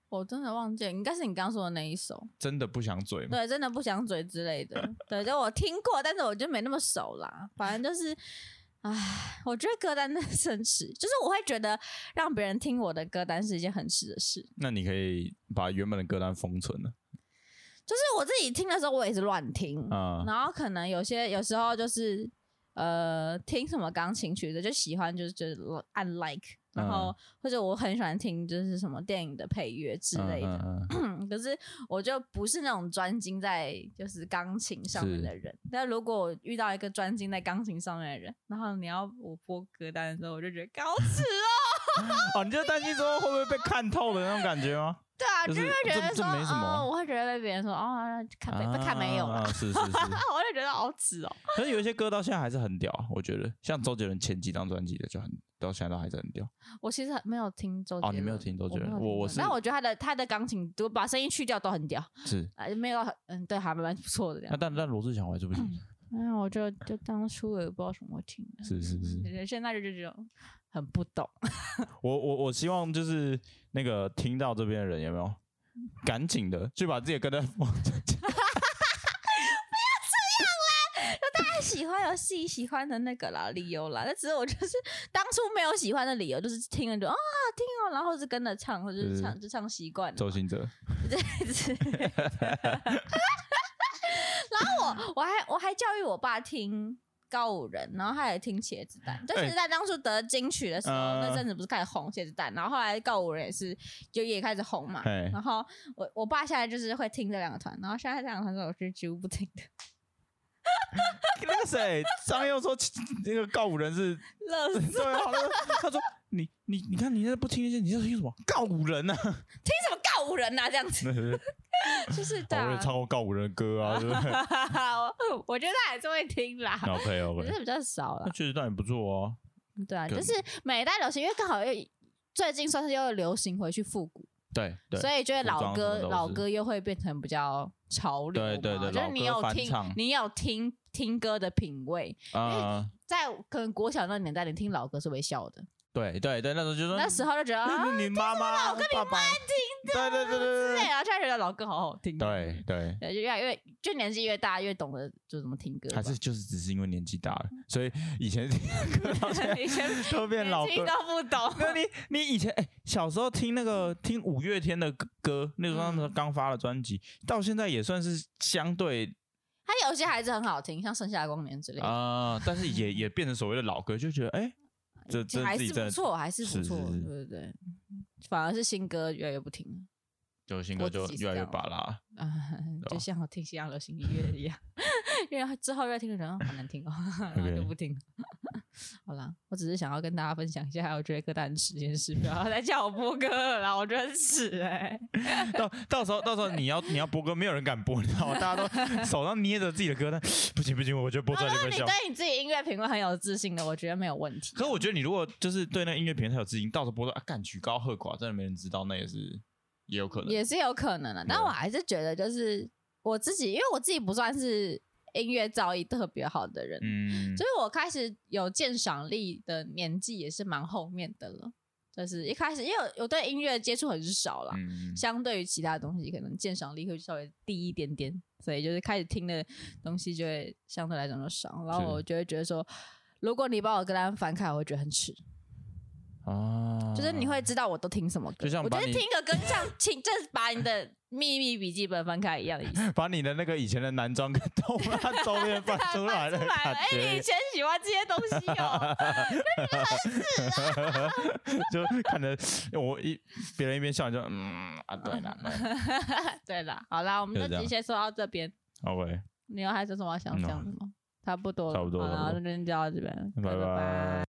[SPEAKER 1] 我真的忘记了，应该是你刚刚说的那一首，
[SPEAKER 2] 真的不想嘴吗？
[SPEAKER 1] 对，真的不想嘴之类 的，对，就我听过，但是我就没那么熟啦。反正就是，唉，我觉得歌单真的是很屎，就是我会觉得让别人听我的歌单是一件很屎的事。
[SPEAKER 2] 那你可以把原本的歌单封存了
[SPEAKER 1] 就是我自己听的时候，我也是乱听，
[SPEAKER 2] 啊、
[SPEAKER 1] 然后可能有些有时候就是呃听什么钢琴曲的就喜欢就是就是按 like，然后、
[SPEAKER 2] 嗯
[SPEAKER 1] 或者我很喜欢听就是什么电影的配乐之类的，
[SPEAKER 2] 嗯嗯嗯
[SPEAKER 1] 可是我就不是那种专精在就是钢琴上面的人。但如果我遇到一个专精在钢琴上面的人，然后你要我播歌单的时候，我就觉得高耻哦。
[SPEAKER 2] 哦，你就担心说会不会被看透的那种感觉吗？
[SPEAKER 1] 对啊，
[SPEAKER 2] 就
[SPEAKER 1] 就是会觉
[SPEAKER 2] 这
[SPEAKER 1] 得
[SPEAKER 2] 这
[SPEAKER 1] 说，
[SPEAKER 2] 没什么啊
[SPEAKER 1] 哦，我会觉得被别人说，哦，看没、
[SPEAKER 2] 啊
[SPEAKER 1] 看没有啦，
[SPEAKER 2] 是 是是。
[SPEAKER 1] 我就觉得好耻哦。
[SPEAKER 2] 可是有一些歌到现在还是很屌啊，我觉得像周杰伦前几张专辑的就很，到现在都还是很屌。
[SPEAKER 1] 我其实很没有听周杰
[SPEAKER 2] 哦
[SPEAKER 1] 伦，
[SPEAKER 2] 你没有听周杰伦
[SPEAKER 1] 没有
[SPEAKER 2] 我
[SPEAKER 1] 听
[SPEAKER 2] 我
[SPEAKER 1] 周
[SPEAKER 2] 是
[SPEAKER 1] 但我觉得他的他的钢琴，我把声音去掉都很屌，
[SPEAKER 2] 是，
[SPEAKER 1] 啊，没有到很，嗯，对，还蛮不错的这
[SPEAKER 2] 那
[SPEAKER 1] 样。
[SPEAKER 2] 但但罗志祥我还是不 行。
[SPEAKER 1] 嗯，我就就当初我也不知道什么会听的，
[SPEAKER 2] 是是是，
[SPEAKER 1] 人现在就是这种很不懂，
[SPEAKER 2] 我我我希望就是那个听到这边的人有没有，赶紧的去把自己的歌单封。
[SPEAKER 1] 太喜欢有自己喜欢的那个啦理由啦，那只是我就是 当初没有喜欢的理由，就是听了就啊听哦，然后就跟着唱，或者
[SPEAKER 2] 是
[SPEAKER 1] 是唱就唱习惯了，
[SPEAKER 2] 周兴哲，
[SPEAKER 1] 之类的然后我我还我还教育我爸听告五人，然后他也听茄子蛋。就
[SPEAKER 2] 哎
[SPEAKER 1] 茄子蛋当初得金曲的时候，
[SPEAKER 2] 呃
[SPEAKER 1] 那阵子不是开始红茄子蛋，然后后来告五人也是就也开始红嘛。
[SPEAKER 2] 哎
[SPEAKER 1] 然后我我爸现在就是会听这两个团，然后现在这两个团是我是几乎不听的，
[SPEAKER 2] 那个谁，张佑说 那个告五 人是
[SPEAKER 1] 乐死
[SPEAKER 2] 对啊，他说他说你你你看你那不听那些，你在听什么告五 人呢、啊？
[SPEAKER 1] 听什么告五人呐、啊？这样子
[SPEAKER 2] 对对对
[SPEAKER 1] 就是对
[SPEAKER 2] 哦我
[SPEAKER 1] 啊
[SPEAKER 2] 也，唱过告五人的歌 啊，对不对
[SPEAKER 1] 我 我觉得他还是会听啦，
[SPEAKER 2] ？OK
[SPEAKER 1] 只
[SPEAKER 2] OK，
[SPEAKER 1] 是比较少啦
[SPEAKER 2] 哦那。确实倒也不错哦。
[SPEAKER 1] 对啊，就
[SPEAKER 2] 跟
[SPEAKER 1] 是每一代流行，因为刚好又最近算是又流行回去复古，
[SPEAKER 2] 对对，
[SPEAKER 1] 所以就会
[SPEAKER 2] 服装
[SPEAKER 1] 老
[SPEAKER 2] 什么
[SPEAKER 1] 歌
[SPEAKER 2] 都
[SPEAKER 1] 老
[SPEAKER 2] 是
[SPEAKER 1] 歌又会变成比较潮流嘛。
[SPEAKER 2] 对对对
[SPEAKER 1] 就
[SPEAKER 2] 老
[SPEAKER 1] 是你
[SPEAKER 2] 歌
[SPEAKER 1] 有
[SPEAKER 2] 翻
[SPEAKER 1] 听
[SPEAKER 2] 唱，
[SPEAKER 1] 你有听听歌的品味，
[SPEAKER 2] 啊、
[SPEAKER 1] 在可能国小那年代，你听老歌是会笑的，
[SPEAKER 2] 对对对，那时候就说
[SPEAKER 1] 那时候就觉得
[SPEAKER 2] 那
[SPEAKER 1] 啊，
[SPEAKER 2] 是你妈妈、爸爸听的，对对对
[SPEAKER 1] 对
[SPEAKER 2] 对
[SPEAKER 1] 啊，现在觉得老歌好好听。哦
[SPEAKER 2] 对对对，
[SPEAKER 1] 对，就越来越就年纪越大，越懂得就怎么听歌吧。
[SPEAKER 2] 还是就是只是因为年纪大了，所以以前听歌到现
[SPEAKER 1] 以前
[SPEAKER 2] 在都变老
[SPEAKER 1] 听
[SPEAKER 2] 歌。
[SPEAKER 1] 都不懂。
[SPEAKER 2] 没有你，你以前哎、小时候听那个听五月天的歌，那时候他们
[SPEAKER 1] 嗯
[SPEAKER 2] 刚发的专辑，到现在也算是相对
[SPEAKER 1] 他有些还是很好听，像《盛夏光年》之类的，
[SPEAKER 2] 啊、但是 也也变成所谓的老歌，就觉得哎、这
[SPEAKER 1] 就
[SPEAKER 2] 这
[SPEAKER 1] 还
[SPEAKER 2] 自己
[SPEAKER 1] 是
[SPEAKER 2] 真
[SPEAKER 1] 不
[SPEAKER 2] 的
[SPEAKER 1] 错，还是
[SPEAKER 2] 是
[SPEAKER 1] 不
[SPEAKER 2] 是
[SPEAKER 1] 错，
[SPEAKER 2] 是
[SPEAKER 1] 对对对。反而是新歌越来越不听了。
[SPEAKER 2] 流行
[SPEAKER 1] 我
[SPEAKER 2] 歌
[SPEAKER 1] 自
[SPEAKER 2] 就
[SPEAKER 1] 己是
[SPEAKER 2] 越来
[SPEAKER 1] 这
[SPEAKER 2] 越
[SPEAKER 1] 样
[SPEAKER 2] 拔啦。
[SPEAKER 1] 啊，
[SPEAKER 2] 对吧
[SPEAKER 1] 就像我听西洋流行音乐一样， 因为之后越听的人好难听哦，然后
[SPEAKER 2] OK
[SPEAKER 1] 就不听了。 好啦，我只是想要跟大家分享一下，我觉得歌单很屎这件事，不要再叫我播歌了啦，我觉得很屎哎、
[SPEAKER 2] 到到时候到时候你要你要播歌，没有人敢播，你知道吗？大 家都手上捏着自己的歌，但不行不行，我觉得播出来就会
[SPEAKER 1] 你
[SPEAKER 2] 笑。
[SPEAKER 1] 对你啊自己音乐品味很有自信的，我觉得没有问题。啊
[SPEAKER 2] 可是我觉得你如果就是对那个音乐平台有自信，到时候播出来啊，干曲高和寡，真的没人知道，那也是也有可能。
[SPEAKER 1] 也是有可能的，但
[SPEAKER 2] 对啊
[SPEAKER 1] 我还是觉得就是我自己，因为我自己不算是音乐造诣特别好的人，
[SPEAKER 2] 嗯
[SPEAKER 1] 就是我开始有鉴赏力的年纪也是蛮后面的了，就是一开始因为我我对音乐接触很少啦，
[SPEAKER 2] 嗯
[SPEAKER 1] 相对于其他东西，可能鉴赏力会稍微低一点点，所以就是开始听的东西就会相对来讲就少，然后我就会觉得说，如果你把我歌单翻开，我会觉得很耻，
[SPEAKER 2] 啊，
[SPEAKER 1] 就是你会知道我都听什么歌，
[SPEAKER 2] 就像
[SPEAKER 1] 我觉
[SPEAKER 2] 把
[SPEAKER 1] 得
[SPEAKER 2] 你
[SPEAKER 1] 听个歌就 像请，就是把你的秘密笔记本翻开一样的意思。
[SPEAKER 2] 把你的那个以前的男装跟动漫周边翻 出 来的
[SPEAKER 1] 翻出来
[SPEAKER 2] 感
[SPEAKER 1] 了，哎、你以
[SPEAKER 2] 觉，
[SPEAKER 1] 前喜欢这些东西哦，
[SPEAKER 2] 就看着我一别人一边笑，你就嗯啊对啦对
[SPEAKER 1] 对啦，好啦，我们
[SPEAKER 2] 就这
[SPEAKER 1] 这
[SPEAKER 2] 样
[SPEAKER 1] 集先说到这边。
[SPEAKER 2] ，OK，
[SPEAKER 1] 你有还有什么想
[SPEAKER 2] 嗯
[SPEAKER 1] 讲的吗？差不多了，
[SPEAKER 2] 差不多
[SPEAKER 1] 好
[SPEAKER 2] 差
[SPEAKER 1] 啦，
[SPEAKER 2] 不多
[SPEAKER 1] 那今天就到这边了，
[SPEAKER 2] 拜
[SPEAKER 1] 拜
[SPEAKER 2] 拜。